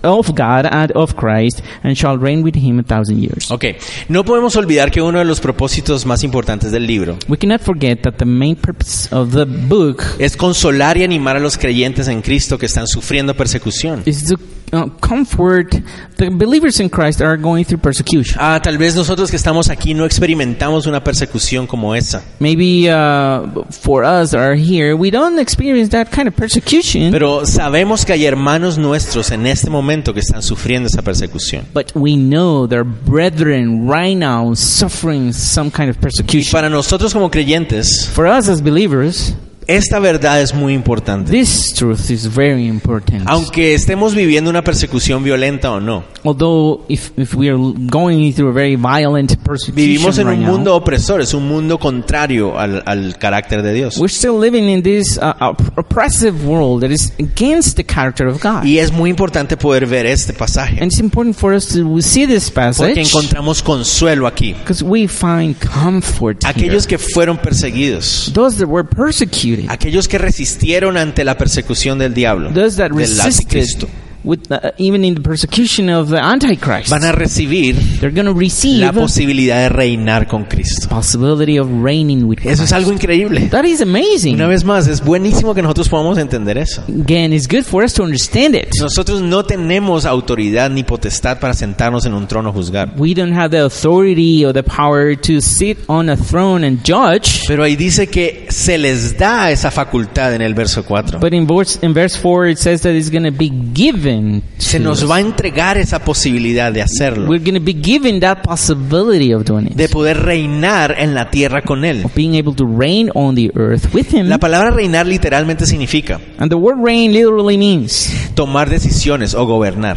Speaker 2: of God and of Christ, and shall reign with him a thousand years.
Speaker 1: Ok, no podemos olvidar que uno de los propósitos más importantes del libro
Speaker 2: We cannot forget that the main purpose of the book
Speaker 1: es consolar y animar a los creyentes en Cristo que están sufriendo persecución.
Speaker 2: is to uh, comfort the believers in Christ are going through persecution.
Speaker 1: Ah, tal vez nosotros que estamos aquí no experimentamos una persecución como esa.
Speaker 2: Maybe uh, for us that are here, we don't experience that kind of persecution,
Speaker 1: Pero sabemos que hay hermanos nuestros en este momento que están sufriendo esa persecución.
Speaker 2: but we know their brethren right now suffering some kind of
Speaker 1: Y
Speaker 2: persecution.
Speaker 1: para nosotros como creyentes,
Speaker 2: For us as believers,
Speaker 1: esta verdad es muy importante.
Speaker 2: this truth is very important.
Speaker 1: Aunque estemos viviendo una persecución violenta o no,
Speaker 2: Although, if, if we are going through a very violent persecution
Speaker 1: vivimos en
Speaker 2: right
Speaker 1: un
Speaker 2: now,
Speaker 1: mundo opresor, es un mundo contrario al, al carácter de Dios.
Speaker 2: we're still living in this uh, op- oppressive world that is against the character of God.
Speaker 1: Y es muy importante poder ver este pasaje,
Speaker 2: And it's important for us to see this
Speaker 1: porque
Speaker 2: passage
Speaker 1: encontramos consuelo aquí.
Speaker 2: because we find comfort here.
Speaker 1: Aquellos que fueron perseguidos,
Speaker 2: Those that were persecuted,
Speaker 1: aquellos que resistieron ante la persecución del diablo,
Speaker 2: those that
Speaker 1: del
Speaker 2: resisted,
Speaker 1: anticristo,
Speaker 2: with uh, even in the persecution of the Antichrist,
Speaker 1: van a recibir
Speaker 2: they're going to receive
Speaker 1: la
Speaker 2: the
Speaker 1: posibilidad de reinar con Cristo.
Speaker 2: possibility of reigning with
Speaker 1: Eso
Speaker 2: Christ.
Speaker 1: es algo increíble.
Speaker 2: That is amazing.
Speaker 1: Una vez más, es buenísimo que nosotros podamos entender eso.
Speaker 2: Again, it's good for us to understand it.
Speaker 1: Nosotros no tenemos autoridad ni potestad para sentarnos en un trono a juzgar.
Speaker 2: we don't have the authority or the power to sit on a throne and judge.
Speaker 1: Pero ahí dice que se les da esa facultad en el verso 4.
Speaker 2: But in verse, in verse 4, it says that it's going to be given.
Speaker 1: Se
Speaker 2: to
Speaker 1: nos
Speaker 2: us.
Speaker 1: va a entregar esa posibilidad de hacerlo,
Speaker 2: We're going to be given that possibility of doing
Speaker 1: de
Speaker 2: it,
Speaker 1: poder reinar en la tierra con Él.
Speaker 2: of being able to reign on the earth with Him.
Speaker 1: La palabra reinar literalmente significa
Speaker 2: And the word reign literally means
Speaker 1: tomar decisiones o gobernar.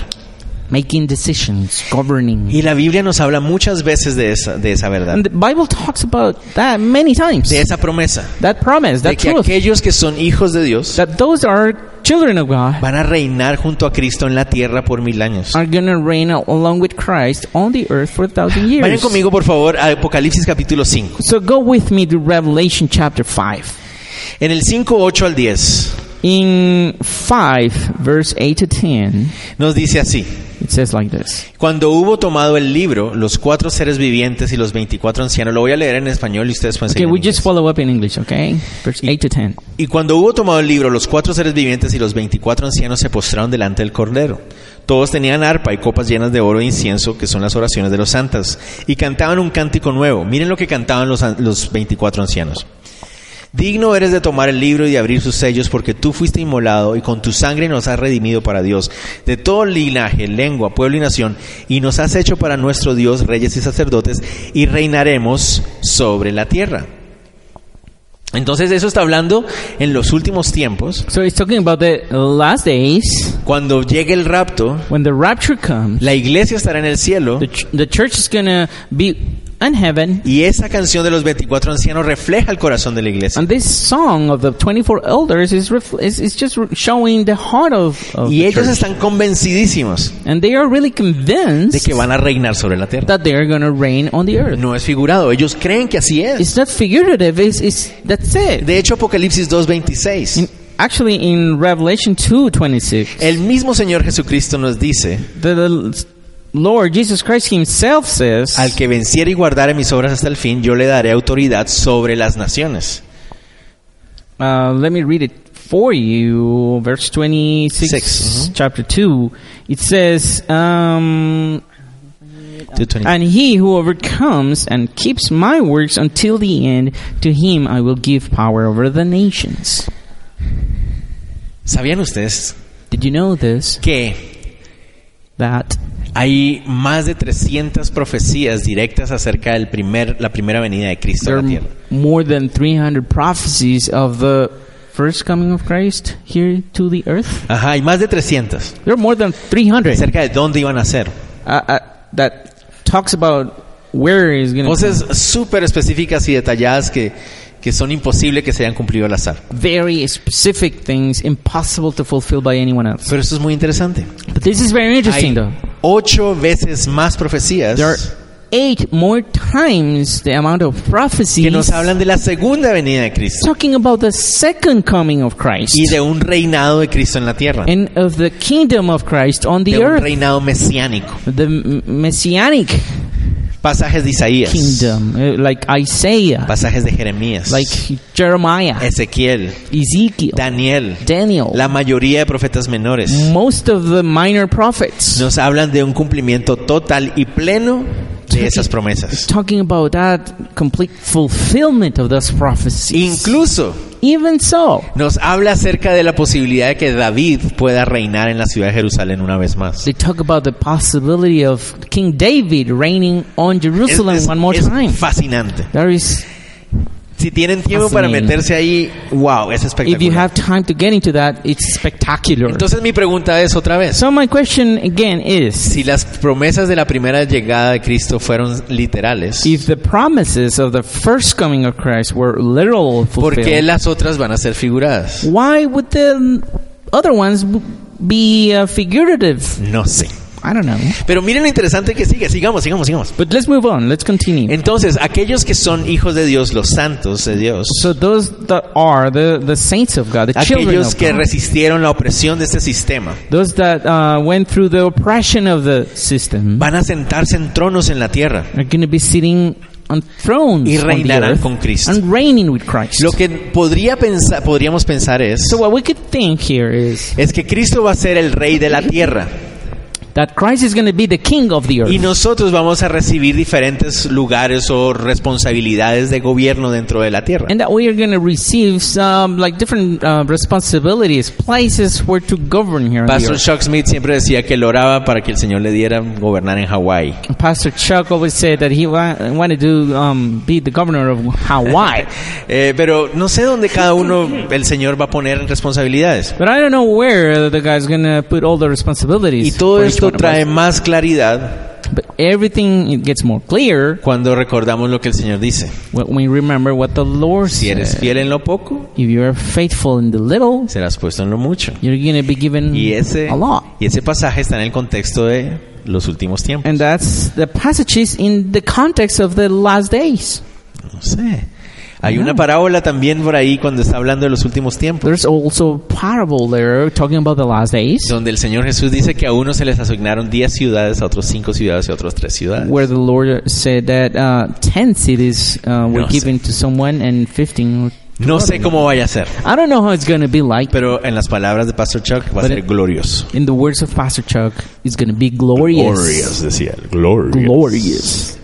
Speaker 2: making decisions, governing.
Speaker 1: Y la Biblia nos habla muchas veces de esa, de esa verdad,
Speaker 2: And the Bible talks about that many times.
Speaker 1: de esa promesa.
Speaker 2: That promise,
Speaker 1: de
Speaker 2: that
Speaker 1: que
Speaker 2: truth,
Speaker 1: aquellos que son hijos de Dios
Speaker 2: that those are children of God
Speaker 1: van a reinar junto a Cristo en la tierra por mil años.
Speaker 2: are going to reign along with Christ on the earth for a thousand years.
Speaker 1: Vayan conmigo, por favor, a Apocalipsis capítulo 5.
Speaker 2: So go with me to Revelation chapter 5.
Speaker 1: En el 5, 8 al 10
Speaker 2: In 5, verse 8 to 10,
Speaker 1: nos dice así.
Speaker 2: it says like this
Speaker 1: Cuando hubo tomado el libro, los cuatro seres vivientes y los 24 ancianos, lo voy a leer en español y ustedes pueden
Speaker 2: Okay,
Speaker 1: seguir.
Speaker 2: we
Speaker 1: en
Speaker 2: just
Speaker 1: inglés.
Speaker 2: follow up in English, okay? Verse 8 to 10.
Speaker 1: Y cuando hubo tomado el libro, los cuatro seres vivientes y los 24 ancianos se postraron delante del Cordero. Todos tenían arpa y copas llenas de oro e incienso, que son las oraciones de los santas, y cantaban un cántico nuevo. Miren lo que cantaban los, an- los 24 ancianos. Digno eres de tomar el libro y de abrir sus sellos, porque tú fuiste inmolado y con tu sangre nos has redimido para Dios, de todo linaje, lengua, pueblo y nación, y nos has hecho para nuestro Dios reyes y sacerdotes, y reinaremos sobre la tierra. Entonces eso está hablando en los últimos tiempos,
Speaker 2: So it's talking about the last days
Speaker 1: cuando llegue el rapto,
Speaker 2: when the rapture comes.
Speaker 1: la iglesia estará en el cielo
Speaker 2: The, ch- the church is going to be in heaven.
Speaker 1: y esa canción de los 24 ancianos refleja el corazón de la iglesia.
Speaker 2: And this song of the 24 elders is, refl- is, is just re- showing the heart of, of
Speaker 1: Y
Speaker 2: the
Speaker 1: ellos
Speaker 2: Oh, church.
Speaker 1: están convencidísimos
Speaker 2: And they are really
Speaker 1: de
Speaker 2: convinced
Speaker 1: que van a reinar sobre la tierra.
Speaker 2: that they are going to reign on the earth.
Speaker 1: No es figurado, ellos creen que así es.
Speaker 2: It's not figurative, it's, it's, that's it.
Speaker 1: De hecho, Apocalipsis 2.26,
Speaker 2: In, actually, in Revelation 2.26,
Speaker 1: el mismo Señor Jesucristo nos dice,
Speaker 2: the, the Lord Jesus Christ himself says,
Speaker 1: al que venciere y guardare mis obras hasta el fin, yo le daré autoridad sobre las naciones.
Speaker 2: Uh, let me read it for you. Verse 26,
Speaker 1: Six,
Speaker 2: chapter 2. It says, um,
Speaker 1: 2:20.
Speaker 2: And he who overcomes and keeps my works until the end, to him I will give power over the nations.
Speaker 1: ¿Sabían ustedes
Speaker 2: Did you know this?
Speaker 1: que
Speaker 2: That
Speaker 1: hay más de 300 profecías directas acerca de primer, la primera venida de Cristo a
Speaker 2: there
Speaker 1: la
Speaker 2: are
Speaker 1: tierra?
Speaker 2: more than 300 prophecies of the first coming of Christ here to the earth?
Speaker 1: Ajá, hay más de 300
Speaker 2: There are more than 300
Speaker 1: acerca de dónde iban a ser.
Speaker 2: uh, uh, that talks about where is going to
Speaker 1: Cosas súper específicas y detalladas que, que son imposible que se hayan cumplido al azar.
Speaker 2: very specific things impossible to fulfill by anyone else.
Speaker 1: Pero esto es muy interesante.
Speaker 2: But this is very interesting,
Speaker 1: Hay
Speaker 2: though.
Speaker 1: ocho veces más profecías
Speaker 2: There are eight more times the amount of prophecies
Speaker 1: que nos hablan de la segunda venida de Cristo
Speaker 2: talking about the second coming of Christ
Speaker 1: y de un reinado de Cristo en la tierra,
Speaker 2: and of the kingdom of Christ on
Speaker 1: de
Speaker 2: the
Speaker 1: un
Speaker 2: earth,
Speaker 1: reinado mesiánico.
Speaker 2: the m- messianic
Speaker 1: Pasajes de Isaías,
Speaker 2: kingdom, uh, like Isaiah,
Speaker 1: pasajes de Jeremías,
Speaker 2: like Oh. Jeremiah,
Speaker 1: Ezequiel,
Speaker 2: Ezekiel,
Speaker 1: Daniel,
Speaker 2: Daniel,
Speaker 1: la mayoría de profetas menores
Speaker 2: most of the minor prophets.
Speaker 1: nos hablan de un cumplimiento total y pleno de esas promesas.
Speaker 2: Talking about that complete fulfillment of those prophecies.
Speaker 1: Incluso
Speaker 2: Even so,
Speaker 1: nos habla acerca de la posibilidad de que David pueda reinar en la ciudad de Jerusalén una vez más.
Speaker 2: They talk about the possibility of King David reigning on
Speaker 1: Es,
Speaker 2: Jerusalem
Speaker 1: es-
Speaker 2: one more
Speaker 1: es
Speaker 2: time.
Speaker 1: fascinante.
Speaker 2: There is,
Speaker 1: Si tienen tiempo para
Speaker 2: Fascinating.
Speaker 1: meterse ahí, wow, es
Speaker 2: if you
Speaker 1: espectacular.
Speaker 2: have time to get into that, it's spectacular.
Speaker 1: Entonces mi pregunta es otra vez,
Speaker 2: So my question again is,
Speaker 1: si las promesas de la primera llegada de Cristo fueron literales,
Speaker 2: if the promises of the first coming of Christ were literal
Speaker 1: ¿por qué
Speaker 2: fulfilled,
Speaker 1: las otras van a ser figuradas?
Speaker 2: why would the other ones w- be uh, figurative?
Speaker 1: No sé.
Speaker 2: I don't know.
Speaker 1: Pero miren lo interesante que sigue, sigamos, sigamos, sigamos.
Speaker 2: But let's move on. Let's continue.
Speaker 1: Entonces, aquellos que son hijos de Dios, los santos de Dios,
Speaker 2: So those that are the, the saints of God, the children
Speaker 1: aquellos
Speaker 2: of
Speaker 1: que
Speaker 2: God,
Speaker 1: resistieron la opresión de este sistema,
Speaker 2: those that uh, went through the oppression of the system,
Speaker 1: van a sentarse en tronos en la tierra.
Speaker 2: are going to be sitting on thrones
Speaker 1: Y
Speaker 2: on the
Speaker 1: reinarán
Speaker 2: earth
Speaker 1: con Cristo.
Speaker 2: and reigning with Christ.
Speaker 1: Lo que podría pensar, podríamos pensar es,
Speaker 2: so what we could think here is
Speaker 1: es que Cristo va a ser el rey de la tierra
Speaker 2: that Christ is going to be the king of the earth,
Speaker 1: y nosotros vamos a recibir diferentes lugares o responsabilidades de gobierno dentro de la tierra.
Speaker 2: and that we are going to receive some like different uh, responsibilities, places where to govern here. On the
Speaker 1: Pastor
Speaker 2: earth.
Speaker 1: Chuck Smith siempre decía que él oraba para que el Señor le diera gobernar en Hawái.
Speaker 2: Pastor Chuck always said that he wa- wanted to um, be the governor of Hawaii,
Speaker 1: Eh, pero no sé dónde cada uno el Señor va a poner responsabilidades.
Speaker 2: but I don't know where the guy's going to put all the responsibilities.
Speaker 1: Y todo
Speaker 2: for each
Speaker 1: esto
Speaker 2: one of
Speaker 1: trae
Speaker 2: us.
Speaker 1: más claridad
Speaker 2: but everything it gets more clear
Speaker 1: cuando recordamos lo que el Señor dice.
Speaker 2: when we remember what the Lord
Speaker 1: Si eres
Speaker 2: said.
Speaker 1: fiel en lo poco,
Speaker 2: If you are faithful in the little,
Speaker 1: serás puesto en lo mucho.
Speaker 2: you're going to be given
Speaker 1: Y ese,
Speaker 2: a lot.
Speaker 1: y ese pasaje está en el contexto de los últimos tiempos.
Speaker 2: And that's the passages in the context of the last days.
Speaker 1: No sé. Hay
Speaker 2: Ah.
Speaker 1: una parábola también por ahí cuando está hablando de los últimos tiempos,
Speaker 2: There's also a parable there talking about the last days
Speaker 1: donde el Señor Jesús dice que a unos se les asignaron 10 ciudades, a otros 5 ciudades y a otros 3 ciudades.
Speaker 2: where the Lord said that uh, 10 cities uh, were
Speaker 1: No sé.
Speaker 2: given to someone and 15 were.
Speaker 1: No sé cómo vaya a ser,
Speaker 2: I don't know how it's going to be like, but
Speaker 1: pero en las palabras de Pastor Chuck va a
Speaker 2: Pero-
Speaker 1: ser glorioso.
Speaker 2: in the words of Pastor Chuck, it's going to be glorious.
Speaker 1: Glorious, decía él. Glorious.
Speaker 2: Glorious.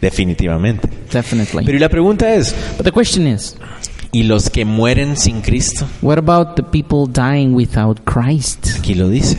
Speaker 1: Definitivamente.
Speaker 2: Definitely.
Speaker 1: Pero y la pregunta es,
Speaker 2: But the question is
Speaker 1: ¿y los que mueren sin Cristo?
Speaker 2: what about the people dying without Christ?
Speaker 1: Aquí lo dice.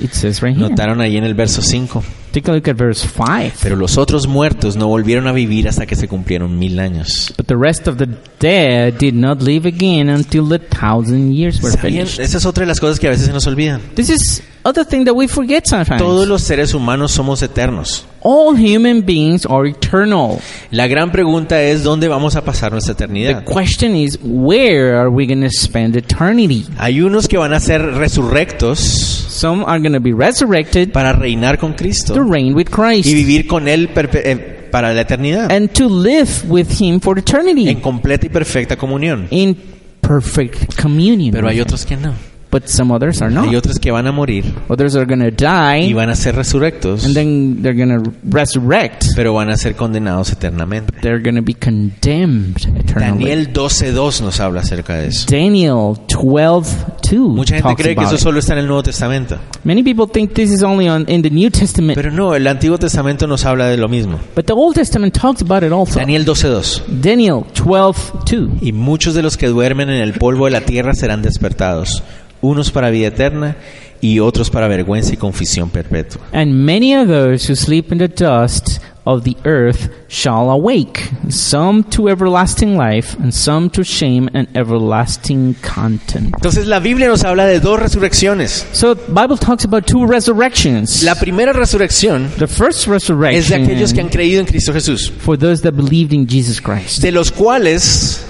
Speaker 2: It says right here.
Speaker 1: Notaron ahí en el verso 5.
Speaker 2: Take a look at verse 5.
Speaker 1: Pero los otros muertos no volvieron a vivir hasta que se cumplieron mil años.
Speaker 2: But the rest of the dead did not live again until the thousand years were
Speaker 1: ¿Sabían?
Speaker 2: finished.
Speaker 1: Esa es otra de las cosas que a veces se nos olvidan.
Speaker 2: This is other thing that we forget sometimes.
Speaker 1: Todos los seres humanos somos eternos.
Speaker 2: All human beings are eternal.
Speaker 1: La gran pregunta es dónde vamos a pasar nuestra eternidad.
Speaker 2: Question is, where are we going to spend eternity?
Speaker 1: Hay unos que van a ser resurrectos
Speaker 2: Some are going to be resurrected
Speaker 1: para reinar con
Speaker 2: to
Speaker 1: Cristo
Speaker 2: reign with
Speaker 1: y
Speaker 2: Christ
Speaker 1: vivir con Él perpe- eh, para la eternidad,
Speaker 2: and to live with Him for
Speaker 1: en
Speaker 2: eternity
Speaker 1: completa y perfecta comunión.
Speaker 2: in perfect communion.
Speaker 1: Pero hay otros que no.
Speaker 2: But some others are
Speaker 1: Hay
Speaker 2: not.
Speaker 1: otros que van a morir
Speaker 2: Others are going to
Speaker 1: y
Speaker 2: die
Speaker 1: van a ser resurrectos,
Speaker 2: and then they're going to resurrect.
Speaker 1: pero van a ser condenados eternamente.
Speaker 2: They're going to be condemned eternally.
Speaker 1: Daniel 12.2 nos habla acerca de eso.
Speaker 2: Daniel 12 2
Speaker 1: Mucha gente
Speaker 2: talks
Speaker 1: cree que
Speaker 2: about
Speaker 1: eso
Speaker 2: it.
Speaker 1: solo está en el Nuevo Testamento,
Speaker 2: Many people think this is only on, in the New Testament,
Speaker 1: pero no, el Antiguo Testamento nos habla de lo mismo.
Speaker 2: but the Old Testament talks about it also.
Speaker 1: Daniel 12.2.
Speaker 2: Daniel 12 2.
Speaker 1: Y muchos de los que duermen en el polvo de la tierra serán despertados, unos para vida eterna y otros para vergüenza y confusión perpetua.
Speaker 2: And many of those who sleep in the dust of the earth shall awake, some to everlasting life, and some to shame and everlasting content.
Speaker 1: Entonces la Biblia nos habla de dos resurrecciones.
Speaker 2: So the Bible talks about two resurrections.
Speaker 1: La primera resurrección
Speaker 2: the first
Speaker 1: es de
Speaker 2: resurrection
Speaker 1: aquellos que han creído en Cristo Jesús,
Speaker 2: for those that believed in Jesus Christ.
Speaker 1: de los cuales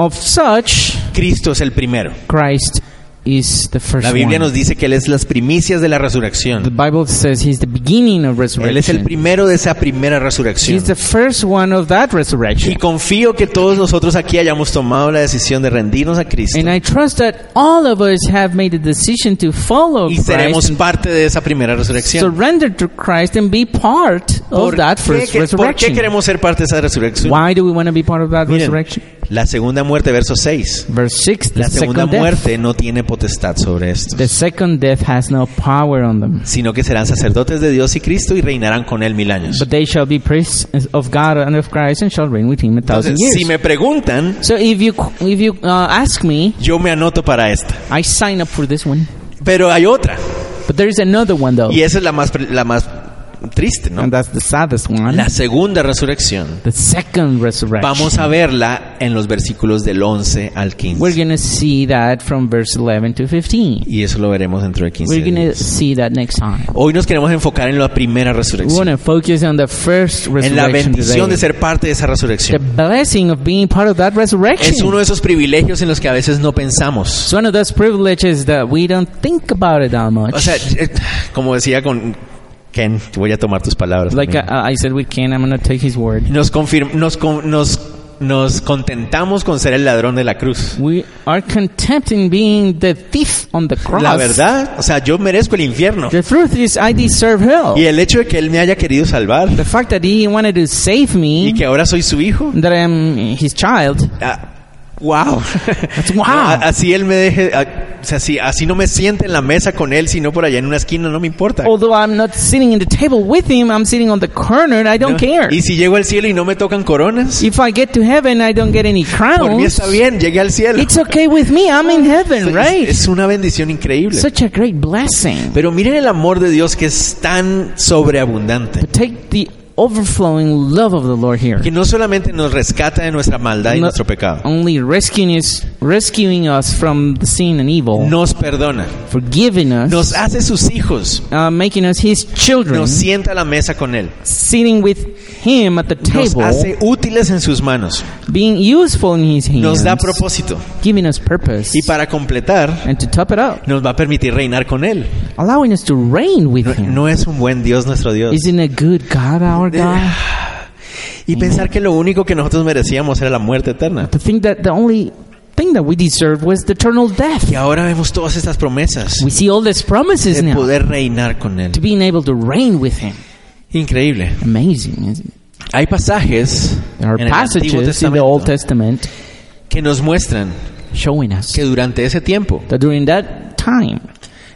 Speaker 2: Of such,
Speaker 1: Cristo es el primero.
Speaker 2: Christ is the first
Speaker 1: La Biblia
Speaker 2: one.
Speaker 1: nos dice que Él es las primicias de la
Speaker 2: The
Speaker 1: resurrección.
Speaker 2: Bible says he's the beginning of
Speaker 1: Él es el
Speaker 2: resurrection.
Speaker 1: primero de esa primera resurrección.
Speaker 2: He's the first one of that
Speaker 1: Y
Speaker 2: resurrection.
Speaker 1: confío que todos nosotros aquí hayamos tomado la decisión de rendirnos a Cristo
Speaker 2: And I trust that all of us have made the decision to follow
Speaker 1: y
Speaker 2: Christ,
Speaker 1: seremos parte de esa primera resurrección.
Speaker 2: surrender to Christ, and be part of that first
Speaker 1: qué, por qué
Speaker 2: resurrection.
Speaker 1: queremos ser parte de esa resurrección?
Speaker 2: Why do we want to be part of that
Speaker 1: Miren,
Speaker 2: resurrection?
Speaker 1: la segunda muerte, verso 6.
Speaker 2: Verse 6 The
Speaker 1: La segunda
Speaker 2: second death.
Speaker 1: muerte no tiene potestad sobre esto,
Speaker 2: The second death has no power on them.
Speaker 1: sino que serán sacerdotes de Dios y Cristo y reinarán con él mil años.
Speaker 2: But they shall be priests of God and of Christ and shall reign with him a thousand
Speaker 1: Entonces, si
Speaker 2: years.
Speaker 1: me preguntan,
Speaker 2: So if you if you uh, ask me,
Speaker 1: yo me anoto para esta.
Speaker 2: I sign up for this one.
Speaker 1: Pero hay otra,
Speaker 2: But there is another one though.
Speaker 1: y esa es la más, pre- la más triste, ¿no?
Speaker 2: And that's the saddest one.
Speaker 1: La segunda resurrección.
Speaker 2: the second resurrection.
Speaker 1: Vamos a verla en los versículos del 11 al
Speaker 2: We're
Speaker 1: 15.
Speaker 2: going to see that from verse 11 to 15.
Speaker 1: Y eso lo veremos dentro de 15
Speaker 2: We're going to
Speaker 1: días.
Speaker 2: see that next time.
Speaker 1: Hoy nos queremos enfocar en la primera
Speaker 2: We
Speaker 1: resurrección.
Speaker 2: want to focus on the first
Speaker 1: en la
Speaker 2: resurrection
Speaker 1: bendición de
Speaker 2: today.
Speaker 1: ser parte de esa
Speaker 2: The
Speaker 1: resurrección.
Speaker 2: blessing of being part of that resurrection.
Speaker 1: Es uno de esos privilegios en los que a veces no pensamos.
Speaker 2: It's one of those privileges that we don't think about it that much.
Speaker 1: O sea, eh, como decía con Ken, voy a tomar tus palabras.
Speaker 2: like uh,
Speaker 1: amigo.
Speaker 2: I, I said we can, I'm going to take his word.
Speaker 1: Nos, confirm- nos, con- nos, nos contentamos con ser el ladrón de la cruz.
Speaker 2: We are content in being the thief on the cross.
Speaker 1: La verdad, o sea, yo merezco el infierno.
Speaker 2: The truth is I deserve hell.
Speaker 1: Y el hecho de que él me haya querido salvar
Speaker 2: The fact that he wanted to save me,
Speaker 1: y que ahora soy su hijo,
Speaker 2: that I am his child,
Speaker 1: ah, wow.
Speaker 2: wow.
Speaker 1: No, a- así él me deje, a- o sea, si- así no me siente en la mesa con él, sino por allá en una esquina, no me importa.
Speaker 2: although I'm not sitting in the table with him, I'm sitting on the corner and I don't care.
Speaker 1: Y si llego al cielo y no me tocan coronas,
Speaker 2: If I get to heaven, I don't get any
Speaker 1: Por mí
Speaker 2: crowns.
Speaker 1: está bien, llegué al cielo.
Speaker 2: It's okay with me. I'm in
Speaker 1: Es-
Speaker 2: heaven, right?
Speaker 1: Es una bendición increíble.
Speaker 2: Such a great blessing.
Speaker 1: Pero miren el amor de Dios que es tan sobreabundante.
Speaker 2: Take the overflowing love of the Lord here.
Speaker 1: Que no solamente nos rescata de nuestra maldad y
Speaker 2: No-
Speaker 1: nuestro pecado,
Speaker 2: Only rescuing us, rescuing us from the sin and evil,
Speaker 1: nos perdona,
Speaker 2: forgiving us,
Speaker 1: nos hace sus hijos,
Speaker 2: uh, making us His children,
Speaker 1: nos sienta a la mesa con Él,
Speaker 2: sitting with Him at the
Speaker 1: nos
Speaker 2: table,
Speaker 1: hace útiles en sus manos,
Speaker 2: being useful in His
Speaker 1: nos
Speaker 2: hands,
Speaker 1: da propósito
Speaker 2: giving us purpose,
Speaker 1: y para completar
Speaker 2: and to top it up,
Speaker 1: nos va a permitir reinar con Él.
Speaker 2: allowing us to reign with Him.
Speaker 1: No es un buen Dios nuestro Dios.
Speaker 2: Isn't a good God our God?
Speaker 1: Y pensar que lo único que nosotros merecíamos era la muerte eterna.
Speaker 2: To think that the only thing that we deserved was the eternal death.
Speaker 1: Y ahora vemos todas estas promesas.
Speaker 2: We see all these promises
Speaker 1: de
Speaker 2: now
Speaker 1: poder reinar con
Speaker 2: to
Speaker 1: Él.
Speaker 2: being able to reign with Him.
Speaker 1: Amazing.
Speaker 2: Amazing, isn't it?
Speaker 1: Hay pasajes
Speaker 2: There are
Speaker 1: en el Antiguo
Speaker 2: passages in the Old
Speaker 1: Testamento
Speaker 2: Testament
Speaker 1: que nos muestran
Speaker 2: showing us
Speaker 1: que durante ese tiempo
Speaker 2: that during that time,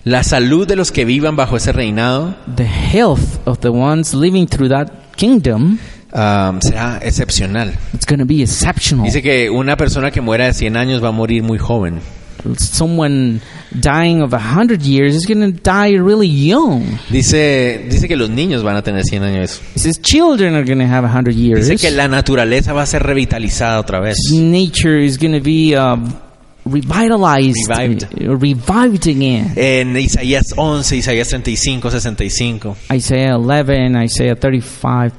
Speaker 1: la salud de los que vivan bajo ese reinado
Speaker 2: the health of the ones living through that kingdom
Speaker 1: ah, será excepcional.
Speaker 2: it's going to be exceptional.
Speaker 1: Dice que una persona que muera de 100 años va a morir muy joven.
Speaker 2: someone dying of a hundred years is gonna die really young.
Speaker 1: Dice, dice que los niños van a tener 100 años.
Speaker 2: It says children are gonna have a hundred years.
Speaker 1: Dice que la naturaleza va a ser revitalizada otra vez.
Speaker 2: Nature is gonna be uh, revitalized,
Speaker 1: Revived.
Speaker 2: uh, revived again.
Speaker 1: En Isaías 11, Isaías 35, 65.
Speaker 2: Isaiah 11, Isaiah 35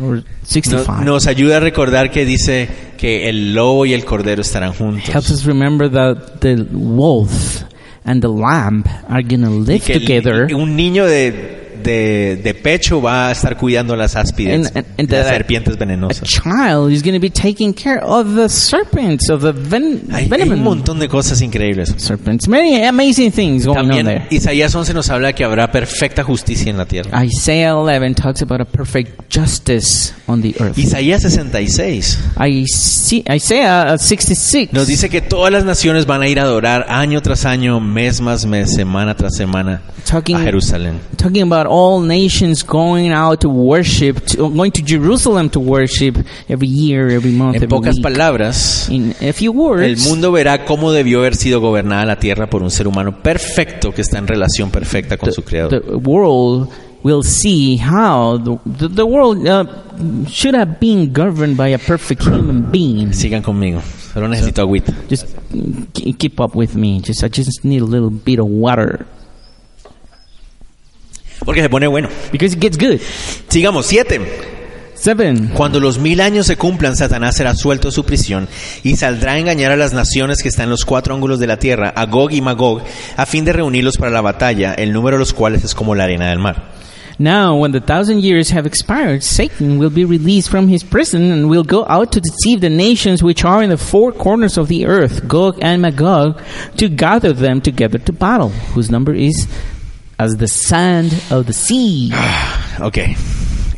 Speaker 2: or
Speaker 1: No-
Speaker 2: 65.
Speaker 1: nos ayuda a recordar que dice que el lobo y el cordero estarán juntos.
Speaker 2: helps us remember that the wolf and the lamb are gonna live
Speaker 1: Que el-
Speaker 2: together.
Speaker 1: un niño de, de, de pecho va a estar cuidando las áspides,
Speaker 2: And- and- and
Speaker 1: las
Speaker 2: the-
Speaker 1: serpientes
Speaker 2: A
Speaker 1: venenosas.
Speaker 2: child is gonna be taking care of the serpents of the ven-
Speaker 1: Hay, hay un
Speaker 2: venom
Speaker 1: montón de cosas increíbles.
Speaker 2: serpents. Many amazing things going on
Speaker 1: También
Speaker 2: there.
Speaker 1: Isaías 11 nos habla que habrá perfecta justicia en la tierra.
Speaker 2: Isaiah 11 talks about a perfect justice on the earth.
Speaker 1: Isaías 66
Speaker 2: I see Isaiah uh, 66
Speaker 1: nos dice que todas las naciones van a ir a adorar año tras año, mes más mes, semana tras semana
Speaker 2: Talking-
Speaker 1: a Jerusalén.
Speaker 2: talking about all nations going out to worship, to, going to Jerusalem to worship every year, every month,
Speaker 1: En
Speaker 2: every
Speaker 1: pocas
Speaker 2: week.
Speaker 1: palabras,
Speaker 2: In a few words,
Speaker 1: El mundo verá cómo debió haber sido gobernada la tierra por un ser humano perfecto que está en relación perfecta con su creador.
Speaker 2: the world will see how the, the, the world uh, should have been governed by a perfect human being.
Speaker 1: Sigan conmigo. Solo necesito agüita.
Speaker 2: Just mm, k- keep up with me. Just I just need a little bit of water
Speaker 1: Porque se pone bueno.
Speaker 2: because it gets good.
Speaker 1: Sigamos. Siete.
Speaker 2: Seven.
Speaker 1: Cuando los mil años se cumplan, Satanás será suelto de su prisión y saldrá a engañar a las naciones que están en los cuatro ángulos de la tierra, a Gog y Magog, a fin de reunirlos para la batalla, el número de los cuales es como la arena del mar.
Speaker 2: Now, when the thousand years have expired, Satan will be released from his prison and will go out to deceive the nations which are in the four corners of the earth, Gog and Magog, to gather them together to battle, whose number is as the sand of the sea.
Speaker 1: Ok.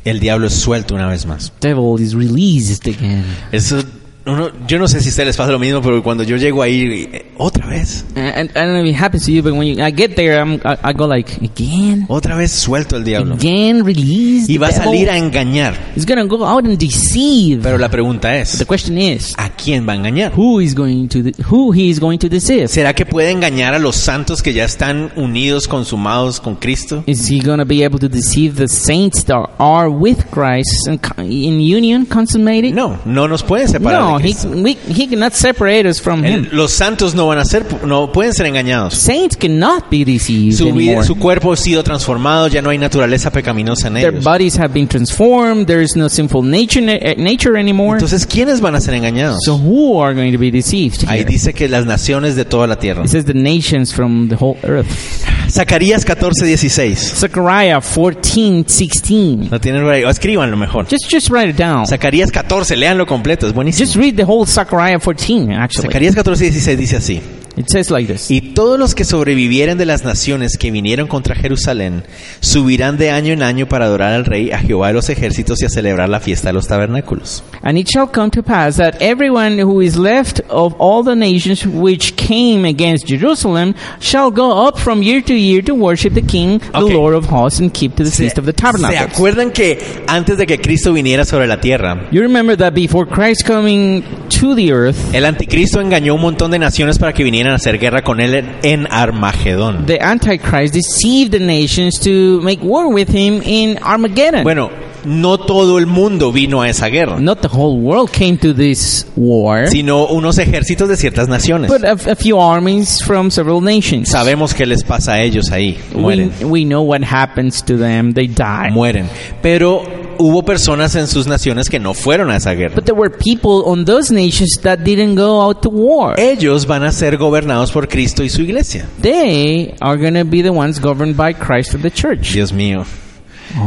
Speaker 1: El diablo es suelto una vez más.
Speaker 2: Devil is released again.
Speaker 1: Eso, uno- yo no sé si a ustedes les pasa lo mismo, pero cuando yo llego ahí, eh, otra vez.
Speaker 2: And, and I don't know if it happens to you, but when you, I get there, I'm, I, I go like again,
Speaker 1: Otra vez suelto el
Speaker 2: Oh,
Speaker 1: diablo.
Speaker 2: again, released.
Speaker 1: Y va a
Speaker 2: the devil.
Speaker 1: salir a engañar.
Speaker 2: He's gonna go out and deceive.
Speaker 1: Pero la pregunta
Speaker 2: The
Speaker 1: es,
Speaker 2: question is,
Speaker 1: ¿a quién va a engañar?
Speaker 2: who is going to de- who he is going to deceive?
Speaker 1: ¿Será que puede engañar a los santos que ya están unidos, consumados con Cristo?
Speaker 2: Is he going to be able to deceive the saints that are with Christ and co- in union consummated?
Speaker 1: No, no nos pueden separar.
Speaker 2: no
Speaker 1: de
Speaker 2: he,
Speaker 1: Cristo.
Speaker 2: we, he cannot separate us from
Speaker 1: El-
Speaker 2: him.
Speaker 1: los santos no van a ser, no pueden ser engañados.
Speaker 2: Saints cannot be deceived
Speaker 1: Su, vida-
Speaker 2: anymore.
Speaker 1: su cuerpo ha sido transformado, ya no hay naturaleza pecaminosa en
Speaker 2: Their
Speaker 1: ellos.
Speaker 2: bodies have been transformed. There is no sinful nature eh, nature anymore.
Speaker 1: Entonces, ¿quiénes van a ser engañados?
Speaker 2: So who are going to be deceived?
Speaker 1: Ahí
Speaker 2: here?
Speaker 1: dice que las naciones de toda la tierra.
Speaker 2: It says the nations from the whole earth.
Speaker 1: Zacarías 14, 16.
Speaker 2: Zechariah 14, 16.
Speaker 1: Lo tienen por ahí. O escríbanlo mejor.
Speaker 2: Just, just write it down.
Speaker 1: Zacarías 14, leanlo completo, es buenísimo.
Speaker 2: Just read the whole Zechariah 14, actually.
Speaker 1: Zacarías 14, 16 dice así.
Speaker 2: It says like this.
Speaker 1: Y todos los que sobrevivieren de las naciones que vinieron contra Jerusalén subirán de año en año para adorar al rey, a Jehová de los ejércitos y a celebrar la fiesta de los tabernáculos.
Speaker 2: And it shall come to pass that everyone who is left of all the nations which came against Jerusalem shall go up from year to year to worship the King, the
Speaker 1: Okay.
Speaker 2: Lord of hosts, and keep to the feast of the
Speaker 1: ¿Se
Speaker 2: tabernacles.
Speaker 1: acuerdan que antes de que Cristo viniera sobre la tierra,
Speaker 2: You remember that before Christ coming to the earth,
Speaker 1: el anticristo engañó a un montón de naciones para que vinieran a hacer guerra con él en- en Armagedón?
Speaker 2: the Antichrist deceived the nations to make war with him in Armageddon.
Speaker 1: Bueno, no todo el mundo vino a esa guerra,
Speaker 2: Not the whole world came to this war,
Speaker 1: sino unos ejércitos de ciertas naciones.
Speaker 2: but a, a few armies from several nations.
Speaker 1: Sabemos qué les pasa a ellos ahí.
Speaker 2: We,
Speaker 1: Mueren.
Speaker 2: we know what happens to them. They die.
Speaker 1: Mueren. Pero hubo personas en sus naciones que no fueron a esa guerra.
Speaker 2: But there were people on those nations that didn't go out to war.
Speaker 1: Ellos van a ser gobernados por Cristo y su iglesia.
Speaker 2: They are going to be the ones governed by Christ and the church. Oh.
Speaker 1: Dios mío.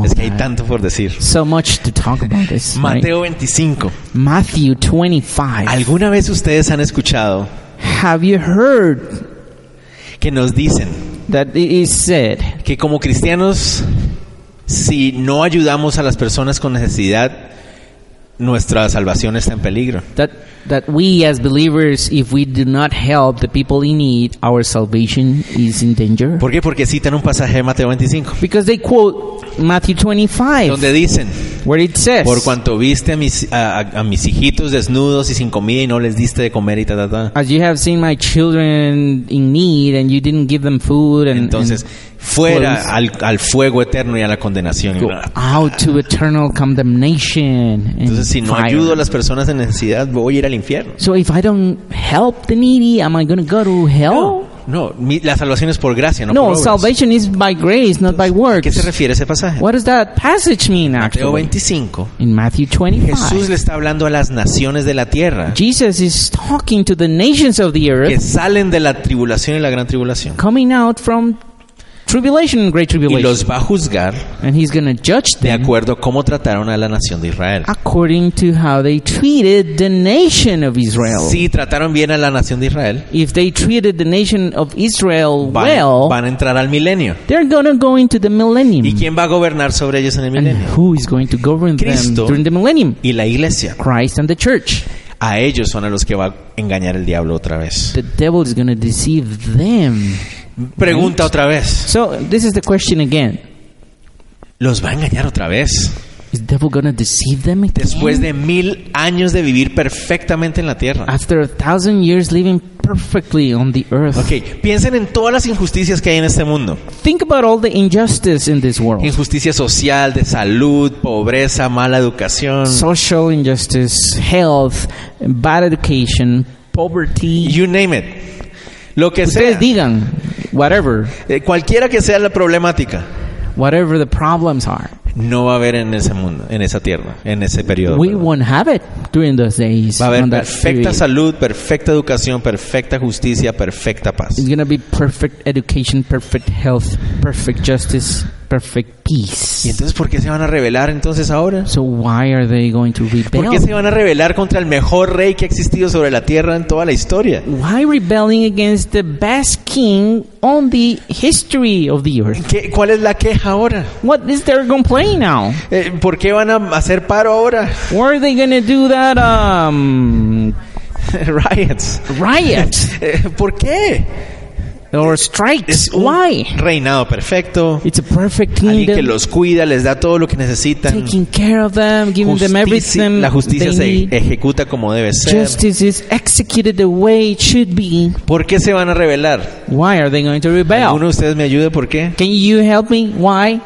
Speaker 1: Es que hay tanto por decir.
Speaker 2: So much to talk about this. right?
Speaker 1: Mateo 25.
Speaker 2: Matthew 25.
Speaker 1: ¿Alguna vez ustedes han escuchado
Speaker 2: Have you heard
Speaker 1: que nos dicen
Speaker 2: that it is said,
Speaker 1: que como cristianos, si no ayudamos a las personas con necesidad, nuestra salvación está en peligro?
Speaker 2: that, that we as believers, if we do not help the people in need, our salvation is in danger?
Speaker 1: ¿Por qué? Porque citan un pasaje de Mateo 25,
Speaker 2: Because they quote Matthew 25,
Speaker 1: donde dicen,
Speaker 2: where it says,
Speaker 1: Por cuanto viste a mis, a, a- a mis hijitos desnudos y sin comida y no les diste de comer y ta, ta, ta.
Speaker 2: As you have seen my children in need and you didn't give them food and,
Speaker 1: Entonces,
Speaker 2: and Pues-
Speaker 1: fuera al, al fuego eterno y a la condenación.
Speaker 2: go out to eternal condemnation. and
Speaker 1: Entonces, si no
Speaker 2: fire.
Speaker 1: ayudo a las personas en necesidad, voy a ir al infierno.
Speaker 2: So if I don't help the needy, am I going to go to hell?
Speaker 1: No, no mi- la salvación es por gracia, no,
Speaker 2: No,
Speaker 1: por obras.
Speaker 2: salvation is by grace, not by
Speaker 1: ¿A qué
Speaker 2: works.
Speaker 1: se refiere ese pasaje?
Speaker 2: What does that passage mean
Speaker 1: Mateo
Speaker 2: actually?
Speaker 1: 25.
Speaker 2: In Matthew 25.
Speaker 1: Jesús le está hablando a las naciones de la tierra
Speaker 2: Jesus is talking to the nations of the earth
Speaker 1: que salen de la tribulación y la gran tribulación.
Speaker 2: coming out from tribulation and great
Speaker 1: Y
Speaker 2: tribulation.
Speaker 1: los va a juzgar
Speaker 2: and he's going to judge
Speaker 1: de
Speaker 2: them
Speaker 1: acuerdo a cómo trataron a la nación de Israel.
Speaker 2: according to how they treated the nation of Israel.
Speaker 1: Si trataron bien a la nación de Israel,
Speaker 2: if they treated the nation of Israel well, Mm.
Speaker 1: van, van a entrar al milenio.
Speaker 2: they're going to go into the millennium.
Speaker 1: ¿Y quién va a gobernar sobre ellos en el
Speaker 2: and
Speaker 1: milenio?
Speaker 2: who is going to govern
Speaker 1: Cristo.
Speaker 2: them during the millennium?
Speaker 1: Y la iglesia.
Speaker 2: Christ and the church.
Speaker 1: A ellos son a los que va a engañar el diablo otra vez.
Speaker 2: The devil is going to deceive them.
Speaker 1: Pregunta otra vez.
Speaker 2: So, this is the question again.
Speaker 1: ¿Los va a engañar otra vez?
Speaker 2: Is the devil going to deceive them again?
Speaker 1: Después de mil años de vivir perfectamente en la tierra.
Speaker 2: After a thousand years living perfectly on the earth.
Speaker 1: Ok, piensen en todas las injusticias que hay en este mundo.
Speaker 2: Think about all the injustice in this world.
Speaker 1: Injusticia social, de salud, pobreza, mala educación.
Speaker 2: Social injustice, health, bad education, poverty.
Speaker 1: You name it. Lo que sea.
Speaker 2: Ustedes digan, whatever,
Speaker 1: eh, Cualquiera que sea la problemática.
Speaker 2: whatever the problems are.
Speaker 1: No va a haber en ese mundo, en esa tierra, en ese periodo.
Speaker 2: We
Speaker 1: perdón.
Speaker 2: won't have it during those days.
Speaker 1: Va a haber
Speaker 2: on that
Speaker 1: perfecta
Speaker 2: period.
Speaker 1: salud, perfecta educación, perfecta justicia, perfecta paz.
Speaker 2: It's gonna be perfect education, perfect health, perfect justice, perfect
Speaker 1: ¿Y
Speaker 2: peace.
Speaker 1: entonces por qué se van a rebelar entonces ahora?
Speaker 2: So why are they going to
Speaker 1: ¿Por qué se
Speaker 2: rebel?
Speaker 1: van a rebelar contra el mejor rey que ha existido sobre la tierra en toda la historia?
Speaker 2: Why rebelling against the best king on the history of the earth?
Speaker 1: ¿Qué- ¿Cuál es la queja ahora?
Speaker 2: What is their complaint now?
Speaker 1: Eh, ¿Por qué van a hacer paro ahora?
Speaker 2: Why are they gonna do that um
Speaker 1: Riots.
Speaker 2: riot
Speaker 1: Eh, ¿Por qué?
Speaker 2: or strikes?
Speaker 1: Es un
Speaker 2: Why?
Speaker 1: reinado perfecto.
Speaker 2: It's a perfect
Speaker 1: Alguien que
Speaker 2: kingdom
Speaker 1: los cuida, les da todo lo que necesitan.
Speaker 2: taking care of them, giving them
Speaker 1: Justicia-
Speaker 2: everything
Speaker 1: la justicia
Speaker 2: they
Speaker 1: se
Speaker 2: need.
Speaker 1: ejecuta como debe ser.
Speaker 2: Justice is executed the way it should be.
Speaker 1: ¿Por qué se van a rebelar?
Speaker 2: Why are they going to rebel?
Speaker 1: ¿Alguno de ustedes me ayude? ¿Por qué?
Speaker 2: Can you help me? Why?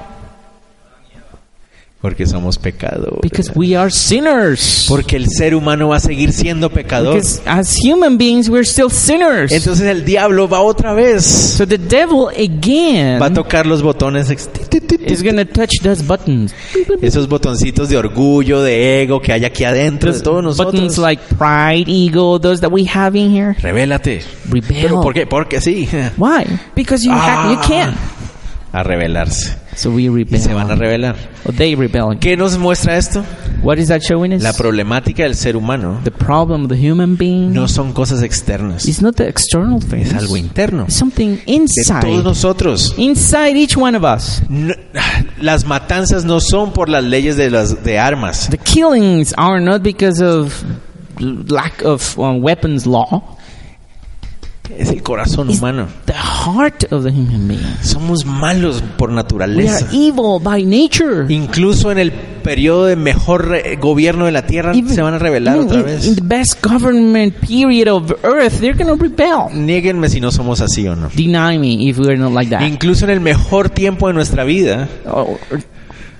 Speaker 1: Porque somos pecadores.
Speaker 2: Because we are sinners.
Speaker 1: Porque el ser humano va a seguir siendo pecador.
Speaker 2: Because as human beings, we're still sinners.
Speaker 1: Entonces el diablo va otra vez.
Speaker 2: So the devil
Speaker 1: Va a
Speaker 2: again
Speaker 1: tocar los botones, ex-
Speaker 2: is going to touch those buttons.
Speaker 1: esos botoncitos de orgullo, de ego que hay aquí adentro en todos
Speaker 2: Buttons
Speaker 1: nosotros.
Speaker 2: like pride, ego, those that we have in here.
Speaker 1: Revélate. ¿Pero
Speaker 2: Rebel.
Speaker 1: por qué? Porque sí.
Speaker 2: Why? Because you ha- you
Speaker 1: Ah.
Speaker 2: can.
Speaker 1: A rebelarse.
Speaker 2: So we
Speaker 1: Y se van a
Speaker 2: rebel.
Speaker 1: rebelar.
Speaker 2: Or they rebel.
Speaker 1: ¿Qué nos muestra esto?
Speaker 2: What is that showing
Speaker 1: La
Speaker 2: us?
Speaker 1: problemática del ser humano
Speaker 2: The problem of the human being
Speaker 1: no son cosas externas.
Speaker 2: is not the external
Speaker 1: Es algo
Speaker 2: things.
Speaker 1: interno.
Speaker 2: It's something
Speaker 1: De todos
Speaker 2: inside.
Speaker 1: nosotros.
Speaker 2: inside each one of us.
Speaker 1: No- las matanzas no son por las leyes de las de armas.
Speaker 2: The killings are not because of lack of um, weapons law.
Speaker 1: Es el corazón
Speaker 2: It's
Speaker 1: humano.
Speaker 2: the heart of the human being.
Speaker 1: Somos malos por
Speaker 2: We are
Speaker 1: naturaleza.
Speaker 2: evil by nature.
Speaker 1: Incluso en el periodo de mejor re- gobierno de la tierra
Speaker 2: Even-
Speaker 1: se van a rebelar
Speaker 2: even
Speaker 1: otra
Speaker 2: in, in
Speaker 1: vez.
Speaker 2: the best government period of earth, they're going to rebel.
Speaker 1: Niéguenme si no somos así o no.
Speaker 2: Deny me if we're not like that.
Speaker 1: Incluso en el mejor tiempo de nuestra vida,
Speaker 2: Or- or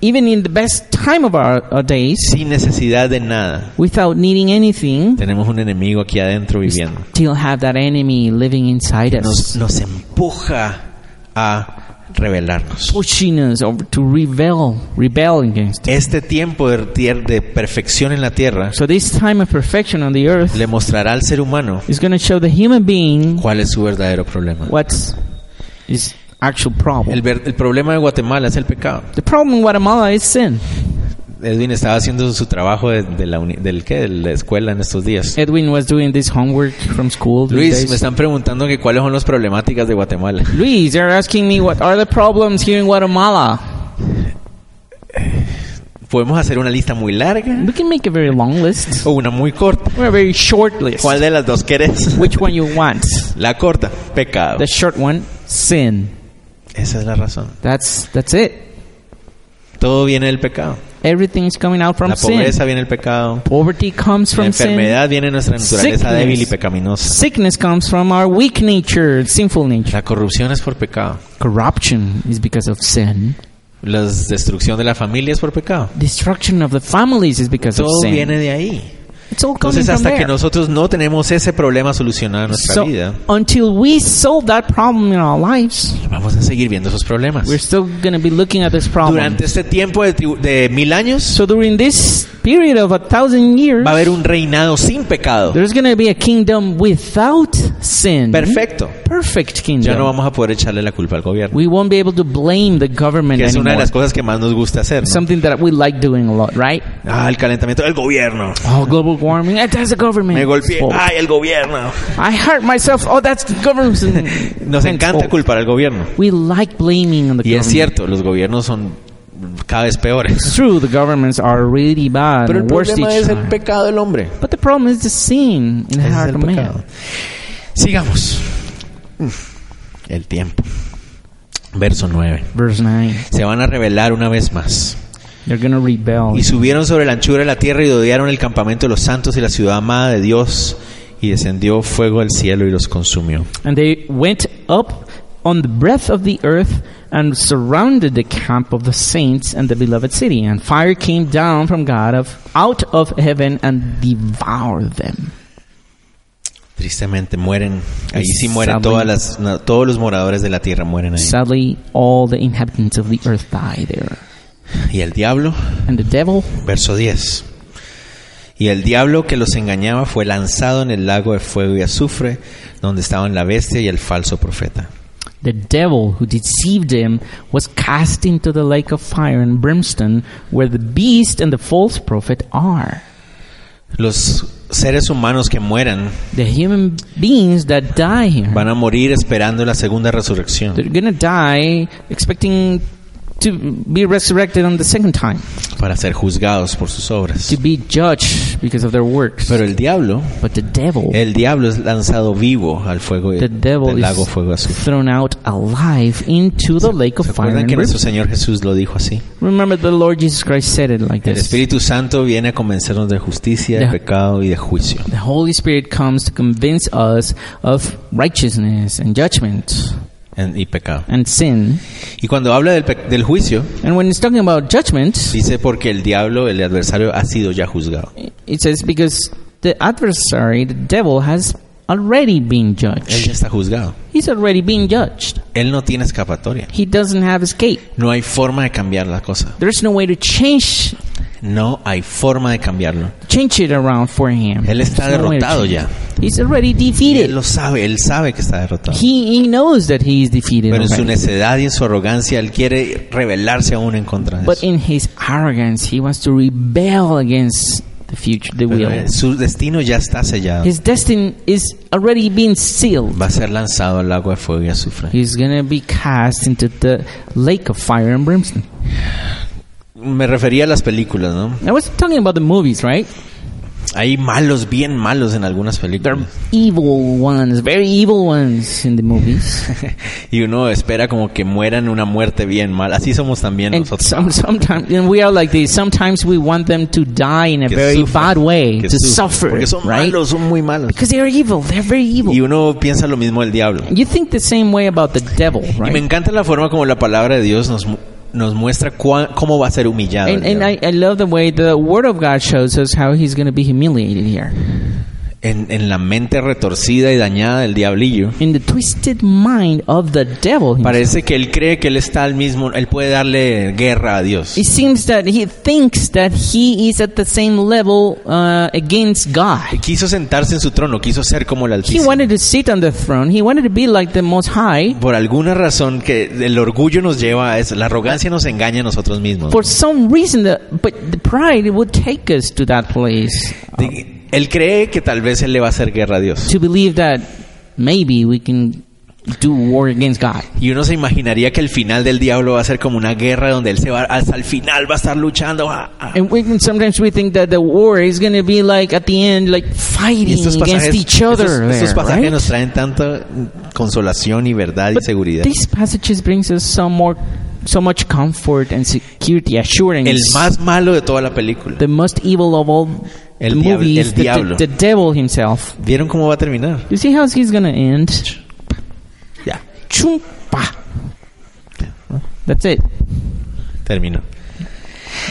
Speaker 2: even in the best time of our, our days,
Speaker 1: sin necesidad de nada,
Speaker 2: without needing anything,
Speaker 1: tenemos un enemigo aquí adentro viviendo.
Speaker 2: still have that enemy living inside
Speaker 1: Nos,
Speaker 2: us,
Speaker 1: nos empuja a rebelarnos.
Speaker 2: pushing us over to rebel, rebel against.
Speaker 1: Este tiempo de, tier- de perfección en la tierra
Speaker 2: So this time of perfection on the earth
Speaker 1: le mostrará al ser humano
Speaker 2: is going to show the human being
Speaker 1: cuál es su verdadero problema.
Speaker 2: what's his actual
Speaker 1: El,
Speaker 2: problem.
Speaker 1: ver- el problema de Guatemala es el pecado.
Speaker 2: The problem in Guatemala is sin.
Speaker 1: Edwin estaba haciendo su trabajo de, de la, uni- del, ¿qué? de la escuela en estos días.
Speaker 2: Edwin was doing this homework from school. these
Speaker 1: Luis, me
Speaker 2: days.
Speaker 1: están preguntando que cuáles son las problemáticas de Guatemala.
Speaker 2: Luis, they're asking me what are the problems here in Guatemala.
Speaker 1: Podemos hacer una lista muy larga
Speaker 2: We can make a very long list
Speaker 1: o una muy corta.
Speaker 2: or a very short list.
Speaker 1: ¿Cuál de las dos querés?
Speaker 2: Which one you want?
Speaker 1: La corta, pecado.
Speaker 2: The short one, sin.
Speaker 1: Esa es la razón.
Speaker 2: That's that's it.
Speaker 1: Todo viene del pecado.
Speaker 2: Everything's coming out from
Speaker 1: La
Speaker 2: sin.
Speaker 1: pobreza viene el pecado.
Speaker 2: Poverty comes
Speaker 1: La
Speaker 2: from sin.
Speaker 1: enfermedad viene nuestra naturaleza
Speaker 2: Sickness.
Speaker 1: débil y pecaminosa.
Speaker 2: Sickness comes from our weak nature, sinful nature.
Speaker 1: La corrupción es por pecado.
Speaker 2: Corruption is because of sin.
Speaker 1: La destrucción de la familia es por pecado.
Speaker 2: Destruction of the families is because of
Speaker 1: Todo
Speaker 2: sin.
Speaker 1: viene de ahí.
Speaker 2: it's all coming
Speaker 1: Entonces,
Speaker 2: from
Speaker 1: hasta
Speaker 2: there.
Speaker 1: que nosotros no tenemos ese problema solucionado en nuestra
Speaker 2: So,
Speaker 1: vida,
Speaker 2: until we solve that problem in our lives,
Speaker 1: vamos a seguir viendo esos problemas.
Speaker 2: we're still going to be looking at this problem.
Speaker 1: Durante este tiempo de, tribu- de mil años,
Speaker 2: so during this period of a thousand years,
Speaker 1: va a haber un reinado sin pecado.
Speaker 2: there's going to be a kingdom without sin.
Speaker 1: Perfecto.
Speaker 2: Perfect
Speaker 1: Ya no
Speaker 2: kingdom.
Speaker 1: vamos a poder echarle la culpa al gobierno.
Speaker 2: we won't be able to blame the government
Speaker 1: Que es una de
Speaker 2: anymore.
Speaker 1: las cosas que más nos gusta hacer. ¿no?
Speaker 2: Something that we like doing a lot, right?
Speaker 1: Ah, el calentamiento del gobierno.
Speaker 2: Oh, global warming. eh, That's the government.
Speaker 1: Me golpeé. Ah.
Speaker 2: fault.
Speaker 1: Ay, el gobierno.
Speaker 2: I hurt myself. Oh, that's the government's
Speaker 1: Nos encanta
Speaker 2: fault.
Speaker 1: culpar al gobierno.
Speaker 2: We like blaming on the
Speaker 1: Y es
Speaker 2: government.
Speaker 1: cierto, los gobiernos son cada vez peores.
Speaker 2: It's true, the governments are really bad.
Speaker 1: Pero el
Speaker 2: and worse
Speaker 1: problema
Speaker 2: each
Speaker 1: es el
Speaker 2: time.
Speaker 1: pecado del hombre.
Speaker 2: But the problem is the sin in the
Speaker 1: Ese es
Speaker 2: heart
Speaker 1: el
Speaker 2: of
Speaker 1: pecado.
Speaker 2: man.
Speaker 1: Sigamos. Mm. El tiempo. Verso 9.
Speaker 2: Verse 9.
Speaker 1: Se van a rebelar una vez más.
Speaker 2: They're going to rebel.
Speaker 1: Y subieron sobre la anchura de la tierra y odiaron el campamento de los santos y la ciudad amada de Dios. Y descendió fuego al cielo y los consumió.
Speaker 2: And they went up on the breadth of the earth and surrounded the camp of the saints and the beloved city. And fire came down from God of, out of heaven and devoured them.
Speaker 1: Tristemente mueren. Ahí sí mueren
Speaker 2: Sadly.
Speaker 1: todas las, na- todos los moradores de la tierra mueren ahí.
Speaker 2: Sadly, all the inhabitants of the earth die there.
Speaker 1: Y el diablo,
Speaker 2: And the devil,
Speaker 1: verso 10. Y el diablo que los engañaba fue lanzado en el lago de fuego y azufre, donde estaban la bestia y el falso profeta.
Speaker 2: the devil who deceived them, was cast into the lake of fire and brimstone, where the beast and the false prophet are.
Speaker 1: Los seres humanos que mueran
Speaker 2: The human beings that die here,
Speaker 1: van a morir esperando la segunda resurrección.
Speaker 2: they're gonna die expecting to be resurrected on the second time,
Speaker 1: para ser juzgados por sus obras.
Speaker 2: to be judged because of their works.
Speaker 1: Pero el diablo,
Speaker 2: But uh, the devil,
Speaker 1: el diablo es lanzado vivo al fuego
Speaker 2: the devil
Speaker 1: del lago
Speaker 2: is
Speaker 1: fuego azul.
Speaker 2: thrown out alive into the lake
Speaker 1: ¿Se
Speaker 2: of fire
Speaker 1: acuerdan
Speaker 2: and
Speaker 1: que nuestro
Speaker 2: brimstone.
Speaker 1: Señor Jesús lo dijo así?
Speaker 2: Remember, the Lord Jesus Christ said it like
Speaker 1: El
Speaker 2: this.
Speaker 1: Espíritu Santo viene a convencernos de justicia, de
Speaker 2: Ya.
Speaker 1: pecado y de juicio.
Speaker 2: The Holy Spirit comes to convince us of righteousness and judgment
Speaker 1: en- Y pecado.
Speaker 2: and sin.
Speaker 1: Y cuando habla del, pe- del juicio,
Speaker 2: And when it's talking about judgment,
Speaker 1: dice porque el diablo, el adversario, ha sido ya juzgado.
Speaker 2: it says because the adversary, the devil, has already been
Speaker 1: Él ya
Speaker 2: judged.
Speaker 1: está juzgado.
Speaker 2: He's already been judged.
Speaker 1: Él no tiene escapatoria.
Speaker 2: He doesn't have escape.
Speaker 1: No hay forma de cambiar la cosa.
Speaker 2: There's no way to change
Speaker 1: No hay forma de cambiarlo.
Speaker 2: change it around for him.
Speaker 1: Él está
Speaker 2: There's Pues no way to
Speaker 1: derrotado
Speaker 2: change
Speaker 1: ya.
Speaker 2: it. He's
Speaker 1: Y
Speaker 2: already
Speaker 1: él
Speaker 2: defeated.
Speaker 1: lo sabe, él sabe que está derrotado.
Speaker 2: He, he knows that he is defeated.
Speaker 1: Pero en su
Speaker 2: already.
Speaker 1: necedad y en su arrogancia, él quiere rebelarse aún en contra de
Speaker 2: But
Speaker 1: eso.
Speaker 2: in his arrogance, he wants to rebel against the future, the
Speaker 1: Pero,
Speaker 2: will.
Speaker 1: eh, su destino ya está sellado.
Speaker 2: His destiny is already being sealed.
Speaker 1: Va a ser lanzado al agua de fuego y azufre.
Speaker 2: He's gonna be cast into the lake of fire and brimstone.
Speaker 1: Me refería a las películas, ¿no?
Speaker 2: I was talking about the movies, right?
Speaker 1: Hay malos, bien malos en algunas películas.
Speaker 2: Evil ones, very evil ones in the movies.
Speaker 1: y uno espera como que mueran una muerte bien mala. Así somos también
Speaker 2: And
Speaker 1: nosotros.
Speaker 2: some, sometimes and we are like this. Sometimes we want them to die in a
Speaker 1: Que
Speaker 2: very
Speaker 1: sufran,
Speaker 2: bad way,
Speaker 1: que
Speaker 2: to
Speaker 1: sufren,
Speaker 2: suffer,
Speaker 1: Porque son
Speaker 2: right?
Speaker 1: malos, son muy malos.
Speaker 2: Because they are evil. They're very evil.
Speaker 1: Y uno piensa lo mismo del diablo.
Speaker 2: you think the same way about the devil,
Speaker 1: Y me
Speaker 2: right?
Speaker 1: encanta la forma como la palabra de Dios nos, mu- nos muestra cua- cómo va a ser humillado.
Speaker 2: And,
Speaker 1: el
Speaker 2: and
Speaker 1: diablo.
Speaker 2: I, I love the way the Word of God shows us how he's going to be humiliated here.
Speaker 1: en, en la mente retorcida y dañada del diablillo.
Speaker 2: in the twisted mind of the devil. himself.
Speaker 1: Parece que él cree que él está al mismo, él puede darle guerra a Dios.
Speaker 2: It seems that he thinks that he is at the same level uh, against God.
Speaker 1: Quiso sentarse en su trono, quiso ser como el
Speaker 2: He
Speaker 1: Altísimo.
Speaker 2: wanted to sit on the throne. He wanted to be like the Most High.
Speaker 1: Por alguna razón que el orgullo nos lleva a eso, la arrogancia nos engaña a nosotros mismos.
Speaker 2: For some reason, the, but the pride would take us to that place
Speaker 1: De- Él cree que tal vez él le va a hacer guerra a Dios.
Speaker 2: to believe that maybe we can do war against God.
Speaker 1: Y uno se imaginaría que el final del diablo va a ser como una guerra donde él se va hasta el final va a estar luchando. ah, ah.
Speaker 2: And we can, sometimes we think that the war is going to be like at the end, like
Speaker 1: Y
Speaker 2: fighting
Speaker 1: estos
Speaker 2: against
Speaker 1: pasajes,
Speaker 2: each other.
Speaker 1: estos- estos
Speaker 2: there,
Speaker 1: pasajes
Speaker 2: right?
Speaker 1: nos traen tanta consolación y verdad y
Speaker 2: But
Speaker 1: seguridad.
Speaker 2: These passages brings us some more so much comfort and security, assurance.
Speaker 1: El más malo de toda la película.
Speaker 2: the most evil of all
Speaker 1: El
Speaker 2: the
Speaker 1: diablo-
Speaker 2: movies,
Speaker 1: el
Speaker 2: the,
Speaker 1: diablo.
Speaker 2: the, the devil himself.
Speaker 1: ¿Vieron cómo va a terminar?
Speaker 2: You see how he's gonna end?
Speaker 1: Ya,
Speaker 2: Chumpa. That's it.
Speaker 1: terminó.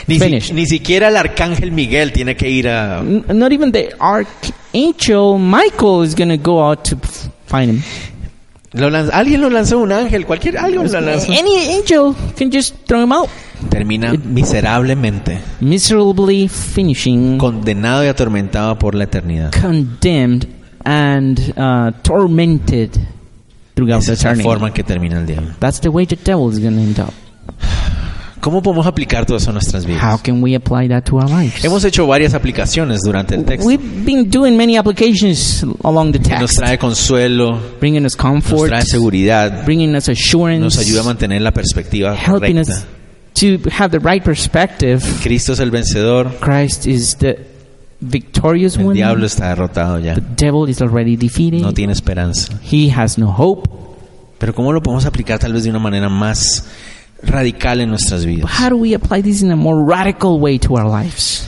Speaker 1: Ni, si-
Speaker 2: Finished.
Speaker 1: ni siquiera el arcángel Miguel tiene que ir a...
Speaker 2: N- not even the archangel Michael is gonna go out to f- find him.
Speaker 1: Lo lanz- alguien lo lanzó un ángel, cualquier... Alguien
Speaker 2: Este
Speaker 1: lo lanzó.
Speaker 2: Any angel can just throw him out.
Speaker 1: Termina miserablemente,
Speaker 2: Miserably finishing,
Speaker 1: condenado y atormentado por la eternidad.
Speaker 2: condemned, and uh, tormented throughout
Speaker 1: Esa es la
Speaker 2: eternity.
Speaker 1: forma en que termina el diablo.
Speaker 2: That's the way the devil is gonna end up.
Speaker 1: ¿Cómo podemos aplicar todo eso a nuestras
Speaker 2: How
Speaker 1: vidas?
Speaker 2: can we apply that to our lives?
Speaker 1: Hemos hecho varias aplicaciones durante el texto.
Speaker 2: We've been doing many applications along the
Speaker 1: Nos
Speaker 2: text,
Speaker 1: trae consuelo,
Speaker 2: bringing
Speaker 1: nos
Speaker 2: us comfort,
Speaker 1: trae seguridad,
Speaker 2: bringing
Speaker 1: nos
Speaker 2: us
Speaker 1: ayuda a
Speaker 2: assurance,
Speaker 1: mantener la perspectiva
Speaker 2: helping us
Speaker 1: correcta.
Speaker 2: to have the right perspective.
Speaker 1: Cristo es el vencedor,
Speaker 2: Christ is the victorious
Speaker 1: el
Speaker 2: one.
Speaker 1: diablo está derrotado ya,
Speaker 2: The devil is already defeated.
Speaker 1: no tiene esperanza.
Speaker 2: He has no hope.
Speaker 1: Pero ¿cómo lo podemos aplicar tal vez de una manera más radical en nuestras vidas?
Speaker 2: How do we apply this in a more radical way to our lives?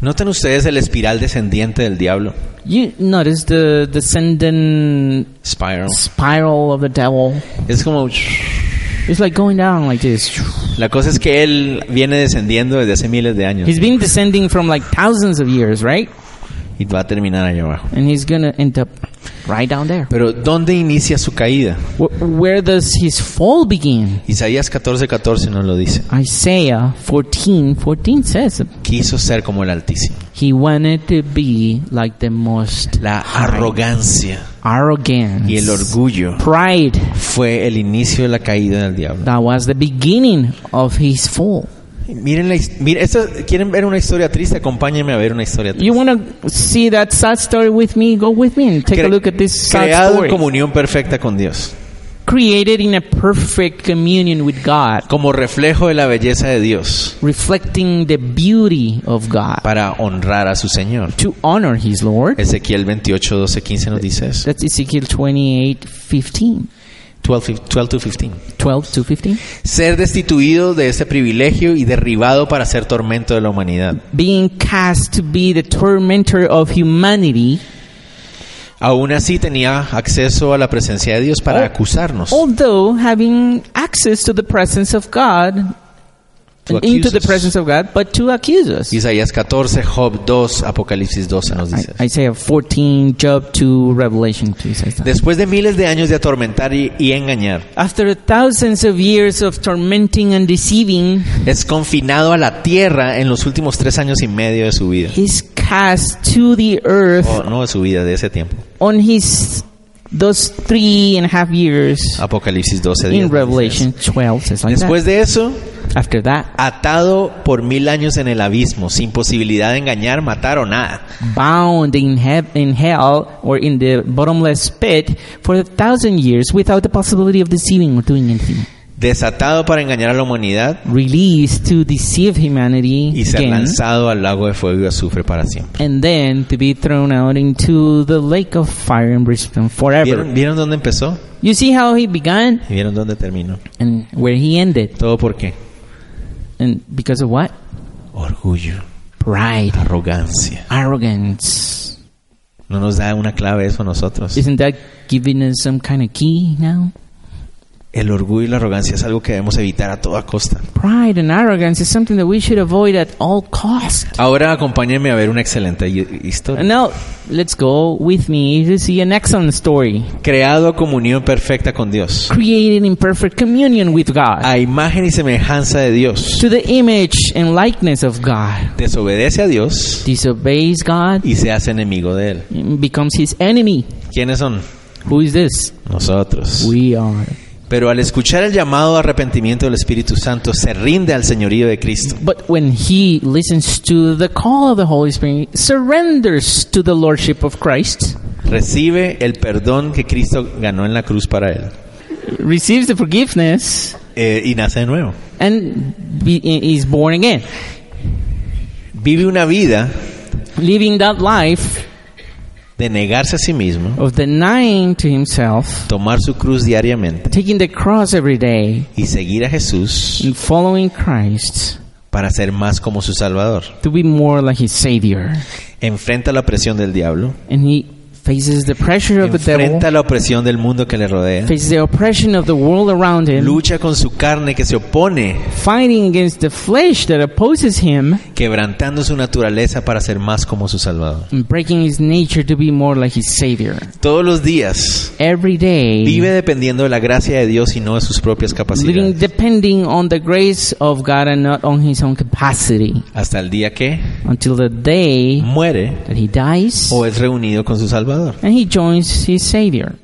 Speaker 1: ¿Notan ustedes el espiral descendiente del diablo?
Speaker 2: You notice the descendant
Speaker 1: Spiral.
Speaker 2: spiral of the devil.
Speaker 1: Es como...
Speaker 2: It's like going down like this.
Speaker 1: La cosa es que él viene descendiendo desde hace miles de años
Speaker 2: He's been descending from like thousands of years, right?
Speaker 1: y va a terminar allá abajo.
Speaker 2: And he's gonna end up right down there.
Speaker 1: Pero ¿dónde inicia su caída?
Speaker 2: Wh- Where does his fall begin?
Speaker 1: Isaías 14:14 nos lo dice.
Speaker 2: Isaiah 14, 14 says
Speaker 1: Quiso ser como el Altísimo.
Speaker 2: he wanted to be like the most
Speaker 1: La arrogancia
Speaker 2: arrogance,
Speaker 1: y el orgullo
Speaker 2: pride.
Speaker 1: fue el inicio de la caída del diablo.
Speaker 2: That was the beginning of his fall.
Speaker 1: Miren, la, his- miren esto- ¿quieren ver una historia triste? Acompáñenme a ver una historia triste.
Speaker 2: You want to see that sad story with me? Go with me and take a
Speaker 1: Cre-
Speaker 2: look at this sad
Speaker 1: creado
Speaker 2: story.
Speaker 1: en comunión perfecta con Dios,
Speaker 2: Created in a perfect communion with God,
Speaker 1: como reflejo de la belleza de Dios
Speaker 2: reflecting the beauty of God
Speaker 1: para honrar a su Señor.
Speaker 2: to honor his Lord.
Speaker 1: Ezequiel 28, 12, 15 nos dice eso.
Speaker 2: That's Ezekiel 28, 15.
Speaker 1: 12, fif- 12 to 15.
Speaker 2: 12 to 15.
Speaker 1: Ser destituido de este privilegio y derribado para ser tormento de la humanidad.
Speaker 2: Being cast to be the tormentor of humanity,
Speaker 1: Aún así tenía acceso a la presencia de Dios para
Speaker 2: Oh.
Speaker 1: acusarnos.
Speaker 2: although having access to the presence of God,
Speaker 1: To accuse
Speaker 2: into the
Speaker 1: us.
Speaker 2: presence of God, but to accuse us.
Speaker 1: Isaías 14, Job 2, Apocalipsis 12 nos dice.
Speaker 2: I- Isaiah 14, Job 2, Revelation 2 says that.
Speaker 1: Después de miles de años de atormentar y, y engañar,
Speaker 2: After thousands of years of tormenting and deceiving,
Speaker 1: es confinado a la tierra en los últimos tres años y medio de su vida.
Speaker 2: he's cast to the earth
Speaker 1: O no de su vida, de ese tiempo.
Speaker 2: on his those three and a half years
Speaker 1: Apocalipsis 12, 10
Speaker 2: in
Speaker 1: nos dice
Speaker 2: Revelation
Speaker 1: eso.
Speaker 2: 12 says like
Speaker 1: Después de eso,
Speaker 2: that. After that,
Speaker 1: atado por mil años en el abismo, sin posibilidad de engañar, matar o nada.
Speaker 2: bound in, hev in hell or in the bottomless pit for a thousand years without the possibility of deceiving or doing anything.
Speaker 1: Desatado para engañar a la humanidad
Speaker 2: Released to deceive humanity
Speaker 1: y ser
Speaker 2: again.
Speaker 1: lanzado al lago de fuego y azufre para siempre.
Speaker 2: and then to be thrown out into the lake of fire and brimstone forever.
Speaker 1: ¿Vieron, ¿Vieron dónde empezó?
Speaker 2: You see how he began
Speaker 1: ¿Y vieron dónde terminó?
Speaker 2: and where he ended,
Speaker 1: ¿Todo por qué?
Speaker 2: and because of what?
Speaker 1: Orgullo,
Speaker 2: Pride,
Speaker 1: arrogancia.
Speaker 2: arrogance.
Speaker 1: No nos da una clave eso a nosotros.
Speaker 2: Isn't that giving us some kind of key now?
Speaker 1: El orgullo y la arrogancia es algo que debemos evitar a toda costa.
Speaker 2: Pride and arrogance is something that we should avoid at all cost.
Speaker 1: Ahora acompáñenme a ver una excelente hi-
Speaker 2: And
Speaker 1: historia.
Speaker 2: now, let's go with me to see an excellent story
Speaker 1: Creado a comunión perfecta con Dios,
Speaker 2: created in perfect communion with God,
Speaker 1: a imagen y semejanza de Dios,
Speaker 2: to the image and likeness of God,
Speaker 1: desobedece a Dios
Speaker 2: disobeys God,
Speaker 1: y se hace enemigo de él.
Speaker 2: and becomes his enemy.
Speaker 1: ¿Quiénes son?
Speaker 2: Who is this?
Speaker 1: Nosotros.
Speaker 2: We are.
Speaker 1: Pero al escuchar el llamado a arrepentimiento del Espíritu Santo, se rinde al señorío de Cristo.
Speaker 2: But when he listens to the call of the Holy Spirit, surrenders to the lordship of Christ,
Speaker 1: Recibe el perdón que Cristo ganó en la cruz para él.
Speaker 2: receives the forgiveness,
Speaker 1: Eh, y nace de nuevo.
Speaker 2: and be, is born again,
Speaker 1: Vive una vida
Speaker 2: living that life
Speaker 1: de negarse a sí mismo,
Speaker 2: of denying to himself,
Speaker 1: tomar su cruz diariamente
Speaker 2: taking the cross every day,
Speaker 1: y seguir a Jesús
Speaker 2: and following Christ
Speaker 1: para ser más como su Salvador.
Speaker 2: to be more like his Savior.
Speaker 1: Enfrenta la presión del diablo,
Speaker 2: And he faces the pressure of the devil,
Speaker 1: enfrenta la opresión del mundo que le rodea,
Speaker 2: faces the oppression of the world around him,
Speaker 1: lucha con su carne que se opone,
Speaker 2: fighting against the flesh that opposes him,
Speaker 1: quebrantando su naturaleza para ser más como su Salvador.
Speaker 2: and breaking his nature to be more like his Savior.
Speaker 1: Todos los días
Speaker 2: Every day,
Speaker 1: vive dependiendo de la gracia de Dios y no de sus propias
Speaker 2: living
Speaker 1: capacidades.
Speaker 2: depending on the grace of God and not on his own capacity
Speaker 1: Hasta el día que
Speaker 2: until the day
Speaker 1: muere
Speaker 2: that he dies
Speaker 1: o es reunido con su Salvador.
Speaker 2: and he joins his Savior.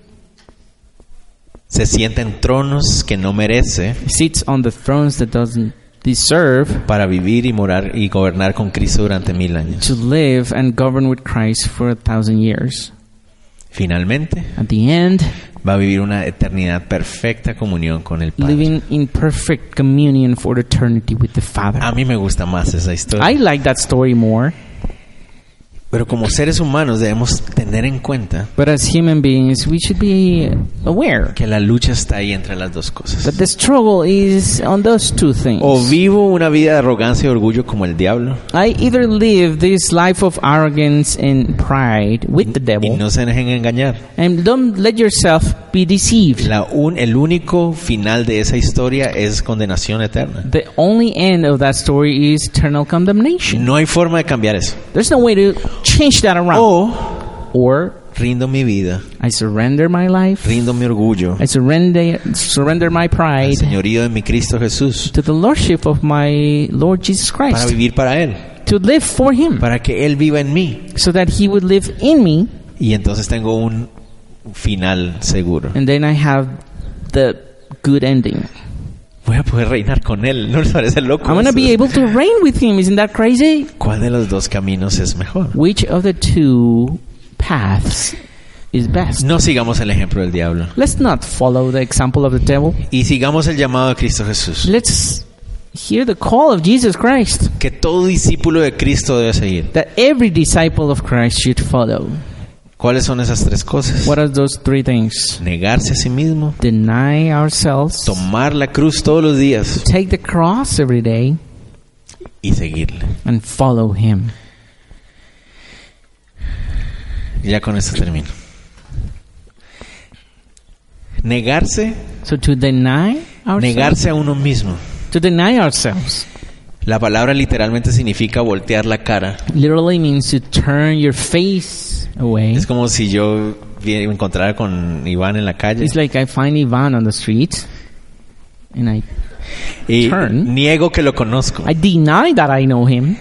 Speaker 1: Se sienta en tronos que no merece
Speaker 2: He sits on the thrones that doesn't deserve
Speaker 1: para vivir y morar y gobernar con Cristo durante mil años.
Speaker 2: to live and govern with Christ for a thousand years.
Speaker 1: Finalmente,
Speaker 2: At the end,
Speaker 1: va a vivir una eternidad perfecta comunión con el Padre.
Speaker 2: living in perfect communion for eternity with the Father.
Speaker 1: A mí me gusta más esa historia.
Speaker 2: I like that story more,
Speaker 1: Pero como seres humanos debemos tener en cuenta
Speaker 2: but as human beings, we should be aware
Speaker 1: que la lucha está ahí entre las dos
Speaker 2: that
Speaker 1: cosas.
Speaker 2: the struggle is on those two things.
Speaker 1: O vivo una vida de arrogancia y orgullo como el diablo
Speaker 2: I either live this life of arrogance and pride with the
Speaker 1: y
Speaker 2: devil,
Speaker 1: no se dejen engañar.
Speaker 2: and don't let yourself be deceived.
Speaker 1: La un- el único final de esa historia es condenación eterna.
Speaker 2: The only end of that story is eternal condemnation.
Speaker 1: No hay forma de cambiar eso.
Speaker 2: There's no way to change that
Speaker 1: Oh.
Speaker 2: around.
Speaker 1: O
Speaker 2: Or
Speaker 1: rindo mi vida,
Speaker 2: I surrender my life,
Speaker 1: rindo mi orgullo,
Speaker 2: I surrender, surrender my
Speaker 1: al
Speaker 2: pride
Speaker 1: señorío de mi Cristo Jesús
Speaker 2: to the lordship of my Lord Jesus
Speaker 1: para
Speaker 2: Christ,
Speaker 1: vivir para Él,
Speaker 2: to live for Him,
Speaker 1: para que Él viva en mí.
Speaker 2: so that He would live in me,
Speaker 1: Y entonces tengo un final seguro.
Speaker 2: and then I have the good ending.
Speaker 1: Voy a poder reinar con Él, ¿no les parece loco?
Speaker 2: I'm gonna
Speaker 1: eso?
Speaker 2: be able to reign with Him. Isn't that crazy?
Speaker 1: ¿Cuál de los dos caminos es mejor?
Speaker 2: Which of the two paths is best?
Speaker 1: No sigamos el ejemplo del diablo.
Speaker 2: Let's not follow the example of the devil.
Speaker 1: Y sigamos el llamado de Cristo Jesús,
Speaker 2: Let's hear the call of Jesus Christ
Speaker 1: que todo discípulo de Cristo debe seguir.
Speaker 2: that every disciple of Christ should follow.
Speaker 1: ¿Cuáles son esas tres cosas?
Speaker 2: What are those three things?
Speaker 1: Negarse a sí mismo,
Speaker 2: Deny ourselves,
Speaker 1: tomar la cruz todos los días
Speaker 2: take the cross every day,
Speaker 1: y seguirle.
Speaker 2: and follow Him.
Speaker 1: Ya con esto termino. Negarse,
Speaker 2: So to deny ourselves,
Speaker 1: negarse a uno mismo.
Speaker 2: to deny ourselves,
Speaker 1: La palabra literalmente significa voltear la cara.
Speaker 2: literally means to turn your face away.
Speaker 1: Es como si yo vi- me encontrara con Iván en la calle
Speaker 2: It's like I find Ivan on the street, and I
Speaker 1: y
Speaker 2: turn.
Speaker 1: niego que lo conozco.
Speaker 2: I deny that I know him.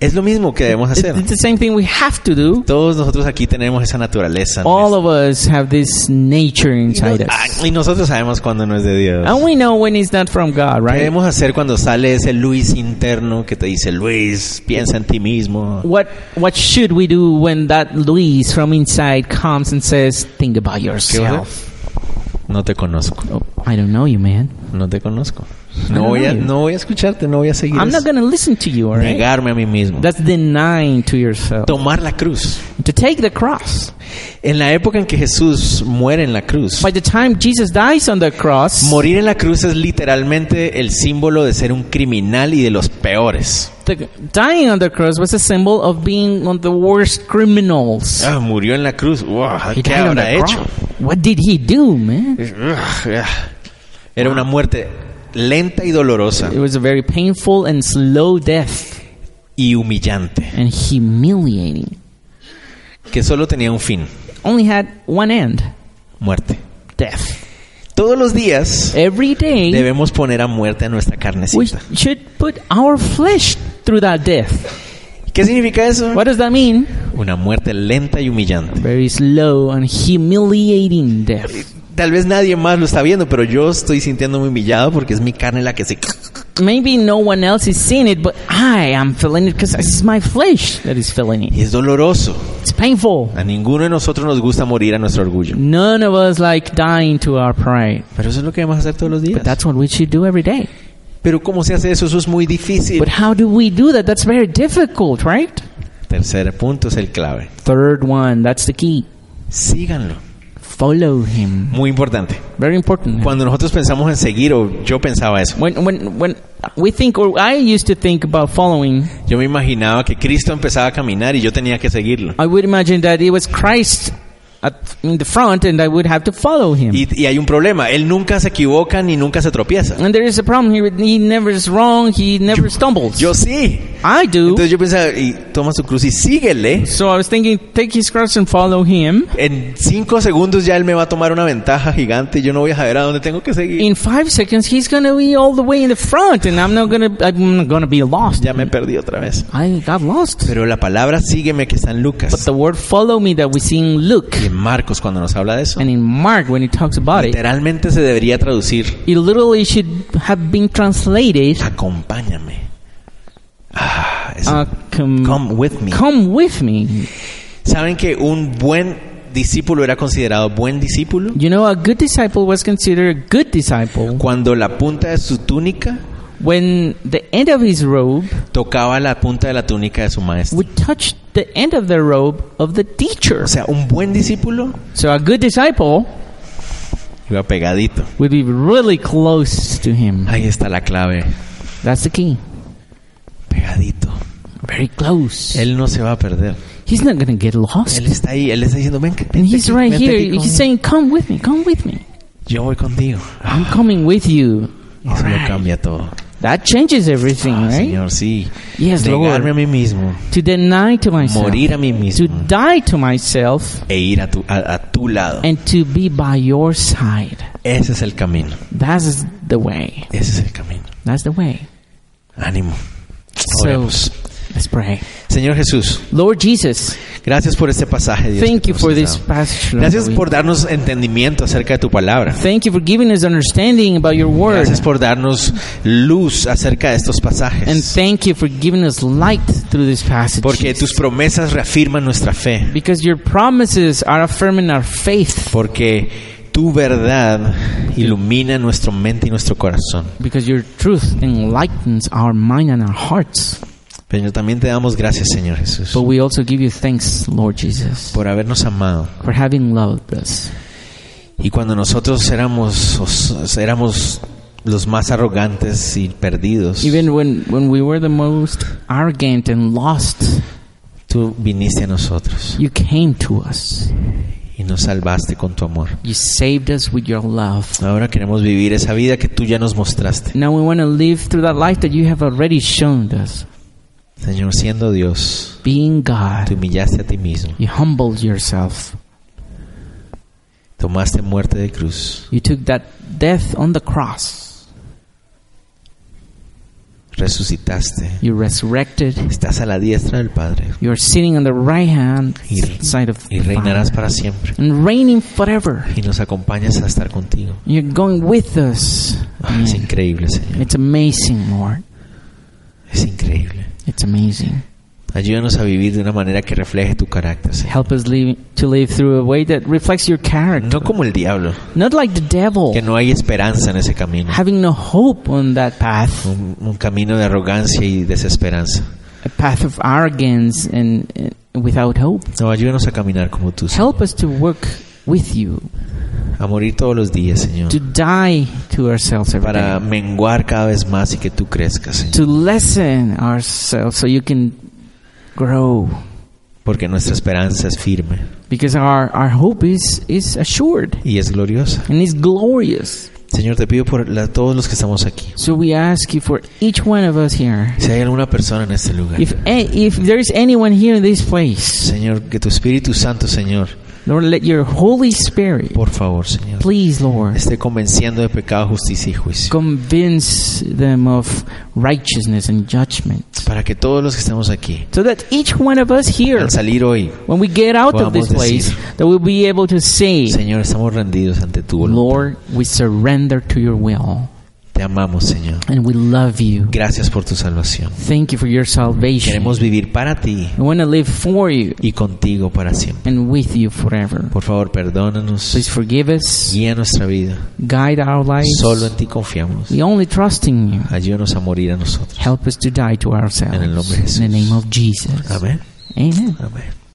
Speaker 1: Es lo mismo que debemos
Speaker 2: It's,
Speaker 1: hacer.
Speaker 2: it's the same thing we have to do.
Speaker 1: Todos nosotros aquí tenemos esa naturaleza.
Speaker 2: All
Speaker 1: nuestra.
Speaker 2: of us have this nature inside
Speaker 1: Ah,
Speaker 2: us.
Speaker 1: y nosotros sabemos cuando no es de Dios.
Speaker 2: And we know when it's not from God,
Speaker 1: ¿Qué
Speaker 2: right?
Speaker 1: debemos hacer cuando sale ese Luis interno que te dice, Luis, piensa en ti mismo?
Speaker 2: What what should we do when that Luis from inside comes and says, "Think about
Speaker 1: ¿Qué vas a
Speaker 2: yourself."
Speaker 1: hacer? No te conozco,
Speaker 2: Oh, I don't know you, man.
Speaker 1: no te conozco.
Speaker 2: I don't
Speaker 1: No voy, a,
Speaker 2: know you.
Speaker 1: no voy a escucharte, no voy a seguir.
Speaker 2: I'm
Speaker 1: eso.
Speaker 2: not gonna listen to you, alright?
Speaker 1: Negarme a mí mismo.
Speaker 2: That's denying to yourself
Speaker 1: Tomar la cruz.
Speaker 2: to take the cross.
Speaker 1: En la época en que Jesús muere en la cruz,
Speaker 2: By the time Jesus dies on the cross,
Speaker 1: morir en la cruz es literalmente el símbolo de ser un criminal y de los peores.
Speaker 2: the dying on the cross was a symbol of being one of the worst criminals.
Speaker 1: Ah, murió en la cruz. Wow,
Speaker 2: He
Speaker 1: ¿Qué
Speaker 2: died on
Speaker 1: habrá
Speaker 2: the
Speaker 1: hecho?
Speaker 2: cross. What did he do, man?
Speaker 1: Era una muerte lenta y dolorosa
Speaker 2: It was a very painful and slow death
Speaker 1: y humillante,
Speaker 2: and humiliating.
Speaker 1: que solo tenía un fin,
Speaker 2: Only had one end,
Speaker 1: muerte.
Speaker 2: death.
Speaker 1: Todos los días
Speaker 2: Every day
Speaker 1: debemos poner a muerte a nuestra
Speaker 2: we
Speaker 1: carnecita.
Speaker 2: should put our flesh through that death.
Speaker 1: ¿Qué significa eso?
Speaker 2: What does that mean?
Speaker 1: Una muerte lenta y humillante.
Speaker 2: Very slow and humiliating death.
Speaker 1: Tal vez nadie más lo está viendo, pero yo estoy sintiéndome humillado porque es mi carne la que se...
Speaker 2: Maybe no one else is seeing it, but I am feeling it because it's my flesh that is feeling it.
Speaker 1: Y es doloroso.
Speaker 2: It's painful.
Speaker 1: A ninguno de nosotros nos gusta morir a nuestro orgullo.
Speaker 2: None of us like dying to our pride.
Speaker 1: Pero eso es lo que debemos hacer todos los días.
Speaker 2: But that's what we should do every day.
Speaker 1: Pero ¿cómo se hace eso? Eso es muy difícil.
Speaker 2: But how do we do that? That's very difficult, right?
Speaker 1: Tercer punto es el clave.
Speaker 2: Third one, that's the key.
Speaker 1: Síganlo.
Speaker 2: Follow him.
Speaker 1: Muy importante.
Speaker 2: Very important.
Speaker 1: Cuando nosotros pensamos en seguir, o yo pensaba eso,
Speaker 2: When when when we think or I used to think about following,
Speaker 1: yo me imaginaba que Cristo empezaba a caminar y yo tenía que seguirlo.
Speaker 2: I would imagine that it was Christ at, in the front and I would have to follow him.
Speaker 1: Y, y hay un problema, Él nunca se equivoca ni nunca se tropieza.
Speaker 2: And there is a problem here. He never is wrong. He never stumbles.
Speaker 1: Yo sí.
Speaker 2: I do.
Speaker 1: Entonces yo pensaba, y toma su cruz y síguele.
Speaker 2: So I was thinking, take his cross and follow him.
Speaker 1: En cinco segundos ya Él me va a tomar una ventaja gigante y yo no voy a saber a dónde tengo que seguir.
Speaker 2: In five seconds, he's gonna be all the way in the front, and I'm not gonna, I'm not gonna be lost.
Speaker 1: Ya me perdí otra vez.
Speaker 2: I got lost.
Speaker 1: Pero la palabra sígueme que está en
Speaker 2: But
Speaker 1: Lucas
Speaker 2: the word "follow me" that we see in Luke
Speaker 1: y en Marcos cuando nos habla de eso.
Speaker 2: and in Mark when he talks about it,
Speaker 1: Literalmente se debería traducir,
Speaker 2: it literally should have been translated.
Speaker 1: acompáñame. Ah, es-
Speaker 2: Uh, come,
Speaker 1: come with me.
Speaker 2: come with me.
Speaker 1: ¿Saben que un buen discípulo era considerado buen discípulo?
Speaker 2: You know, a good disciple was considered a good disciple
Speaker 1: Cuando la punta de su túnica
Speaker 2: when the end of his robe
Speaker 1: tocaba la punta de la túnica de su maestro.
Speaker 2: would touch the end of the robe of the teacher.
Speaker 1: O sea, un buen discípulo
Speaker 2: So a good disciple
Speaker 1: iba pegadito.
Speaker 2: would be really close to him.
Speaker 1: Ahí está la clave.
Speaker 2: That's the key.
Speaker 1: Pegadito.
Speaker 2: Very close.
Speaker 1: Él no se va a perder.
Speaker 2: He's not gonna get lost.
Speaker 1: Él está ahí. Él le está diciendo, ven, ven
Speaker 2: And he's
Speaker 1: aquí,
Speaker 2: right
Speaker 1: vente
Speaker 2: here.
Speaker 1: aquí conmigo.
Speaker 2: He's saying, "Come with me. Come with me.
Speaker 1: Yo voy contigo.
Speaker 2: I'm coming with you."
Speaker 1: Eso lo cambia todo.
Speaker 2: That changes everything,
Speaker 1: Ah,
Speaker 2: right?
Speaker 1: Señor, sí.
Speaker 2: ¿Eh? Yes,
Speaker 1: Negarme a
Speaker 2: Lord.
Speaker 1: mí mismo.
Speaker 2: To deny to myself,
Speaker 1: Morir a mí
Speaker 2: to
Speaker 1: mismo.
Speaker 2: die to myself,
Speaker 1: E ir a tu, a- a tu lado.
Speaker 2: and to be by your side.
Speaker 1: Ese es el camino.
Speaker 2: That's the way.
Speaker 1: Ese es el camino.
Speaker 2: That's the way.
Speaker 1: Ánimo.
Speaker 2: So
Speaker 1: Oremos.
Speaker 2: let's pray.
Speaker 1: Señor Jesús,
Speaker 2: Lord Jesus,
Speaker 1: gracias por este pasaje. Dios,
Speaker 2: thank
Speaker 1: que
Speaker 2: you
Speaker 1: nos
Speaker 2: for
Speaker 1: has
Speaker 2: this
Speaker 1: dado.
Speaker 2: passage. Lord,
Speaker 1: Gracias
Speaker 2: that we-
Speaker 1: por darnos entendimiento acerca de tu palabra.
Speaker 2: Thank you for giving us understanding about your word.
Speaker 1: Gracias por darnos luz acerca de estos
Speaker 2: And
Speaker 1: pasajes.
Speaker 2: thank you for giving us light through this passage.
Speaker 1: Porque tus promesas reafirman nuestra fe.
Speaker 2: Because your promises are affirming our faith.
Speaker 1: Porque tu verdad ilumina nuestra mente y nuestro corazón.
Speaker 2: Because your truth enlightens our mind and our hearts.
Speaker 1: Pero también te damos gracias, Señor Jesús,
Speaker 2: But we also give you thanks, Lord Jesus,
Speaker 1: por habernos amado.
Speaker 2: for having loved us.
Speaker 1: Y cuando nosotros éramos, os- éramos los más arrogantes y perdidos,
Speaker 2: Even when, when we were the most arrogant and lost,
Speaker 1: tú viniste a nosotros
Speaker 2: you came to us.
Speaker 1: y nos salvaste con tu amor.
Speaker 2: You saved us with your love.
Speaker 1: Ahora queremos vivir esa vida que tú ya nos mostraste.
Speaker 2: Now we want to live through that life that you have already shown us.
Speaker 1: Señor, siendo Dios,
Speaker 2: Being
Speaker 1: te
Speaker 2: God,
Speaker 1: humillaste a ti mismo.
Speaker 2: you humbled yourself.
Speaker 1: Tomaste muerte de cruz.
Speaker 2: You took that death on the cross.
Speaker 1: Resucitaste.
Speaker 2: You resurrected.
Speaker 1: Estás a la diestra del Padre
Speaker 2: You are sitting on the right hand side of
Speaker 1: y
Speaker 2: the
Speaker 1: reinarás
Speaker 2: Father
Speaker 1: para siempre.
Speaker 2: and reigning forever.
Speaker 1: Y nos acompañas a estar contigo.
Speaker 2: You're going with us.
Speaker 1: Ah, es increíble, Señor.
Speaker 2: It's amazing, Lord.
Speaker 1: Es increíble.
Speaker 2: It's amazing.
Speaker 1: Ayúdanos a vivir de una manera que refleje tu carácter, Señor.
Speaker 2: Help us live, to live through a way that reflects your character.
Speaker 1: No como el diablo,
Speaker 2: Not like the devil,
Speaker 1: que no hay esperanza en ese camino.
Speaker 2: having no hope on that path,
Speaker 1: Un, un camino de arrogancia y desesperanza.
Speaker 2: a path of arrogance and uh, without hope.
Speaker 1: No, ayúdanos a caminar como tú, Señor.
Speaker 2: Help us to work with you,
Speaker 1: A morir todos los días, Señor.
Speaker 2: to die to ourselves every
Speaker 1: Para
Speaker 2: day.
Speaker 1: menguar cada vez más y que tú crezcas, Señor.
Speaker 2: to lessen ourselves so you can grow
Speaker 1: Porque nuestra esperanza es firme
Speaker 2: because our, our hope is, is assured
Speaker 1: y es gloriosa.
Speaker 2: and is glorious.
Speaker 1: Señor, te pido por la- todos los que estamos aquí.
Speaker 2: So we ask you for each one of us here.
Speaker 1: Si hay alguna persona en este lugar.
Speaker 2: If, a- if there is anyone here in this place,
Speaker 1: Señor, que tu Espíritu Santo, Señor,
Speaker 2: Lord, let your Holy Spirit,
Speaker 1: por favor, Señor,
Speaker 2: please, Lord,
Speaker 1: esté convenciendo de pecado, justicia y juicio.
Speaker 2: convince them of righteousness and judgment.
Speaker 1: Para que todos los que estamos aquí,
Speaker 2: So that each one of us here,
Speaker 1: al salir hoy,
Speaker 2: when we get out of this
Speaker 1: Podamos
Speaker 2: place,
Speaker 1: decir,
Speaker 2: that we'll be able to say,
Speaker 1: Señor, estamos rendidos ante tu voluntad.
Speaker 2: Lord, we surrender to your will.
Speaker 1: Te amamos, Señor.
Speaker 2: and we love you.
Speaker 1: Gracias por tu salvación.
Speaker 2: Thank you for your salvation.
Speaker 1: Queremos vivir para ti
Speaker 2: We want to live for you
Speaker 1: y contigo para siempre.
Speaker 2: and with you forever.
Speaker 1: Por favor, perdónanos.
Speaker 2: Please forgive us,
Speaker 1: Guía nuestra vida.
Speaker 2: guide our lives.
Speaker 1: Solo en ti confiamos.
Speaker 2: We only trust in you.
Speaker 1: Ayúdanos a morir a nosotros.
Speaker 2: Help us to die to ourselves.
Speaker 1: En el nombre de
Speaker 2: In the
Speaker 1: Jesús.
Speaker 2: name of Jesus.
Speaker 1: Amén.
Speaker 3: Amen.
Speaker 2: Amén.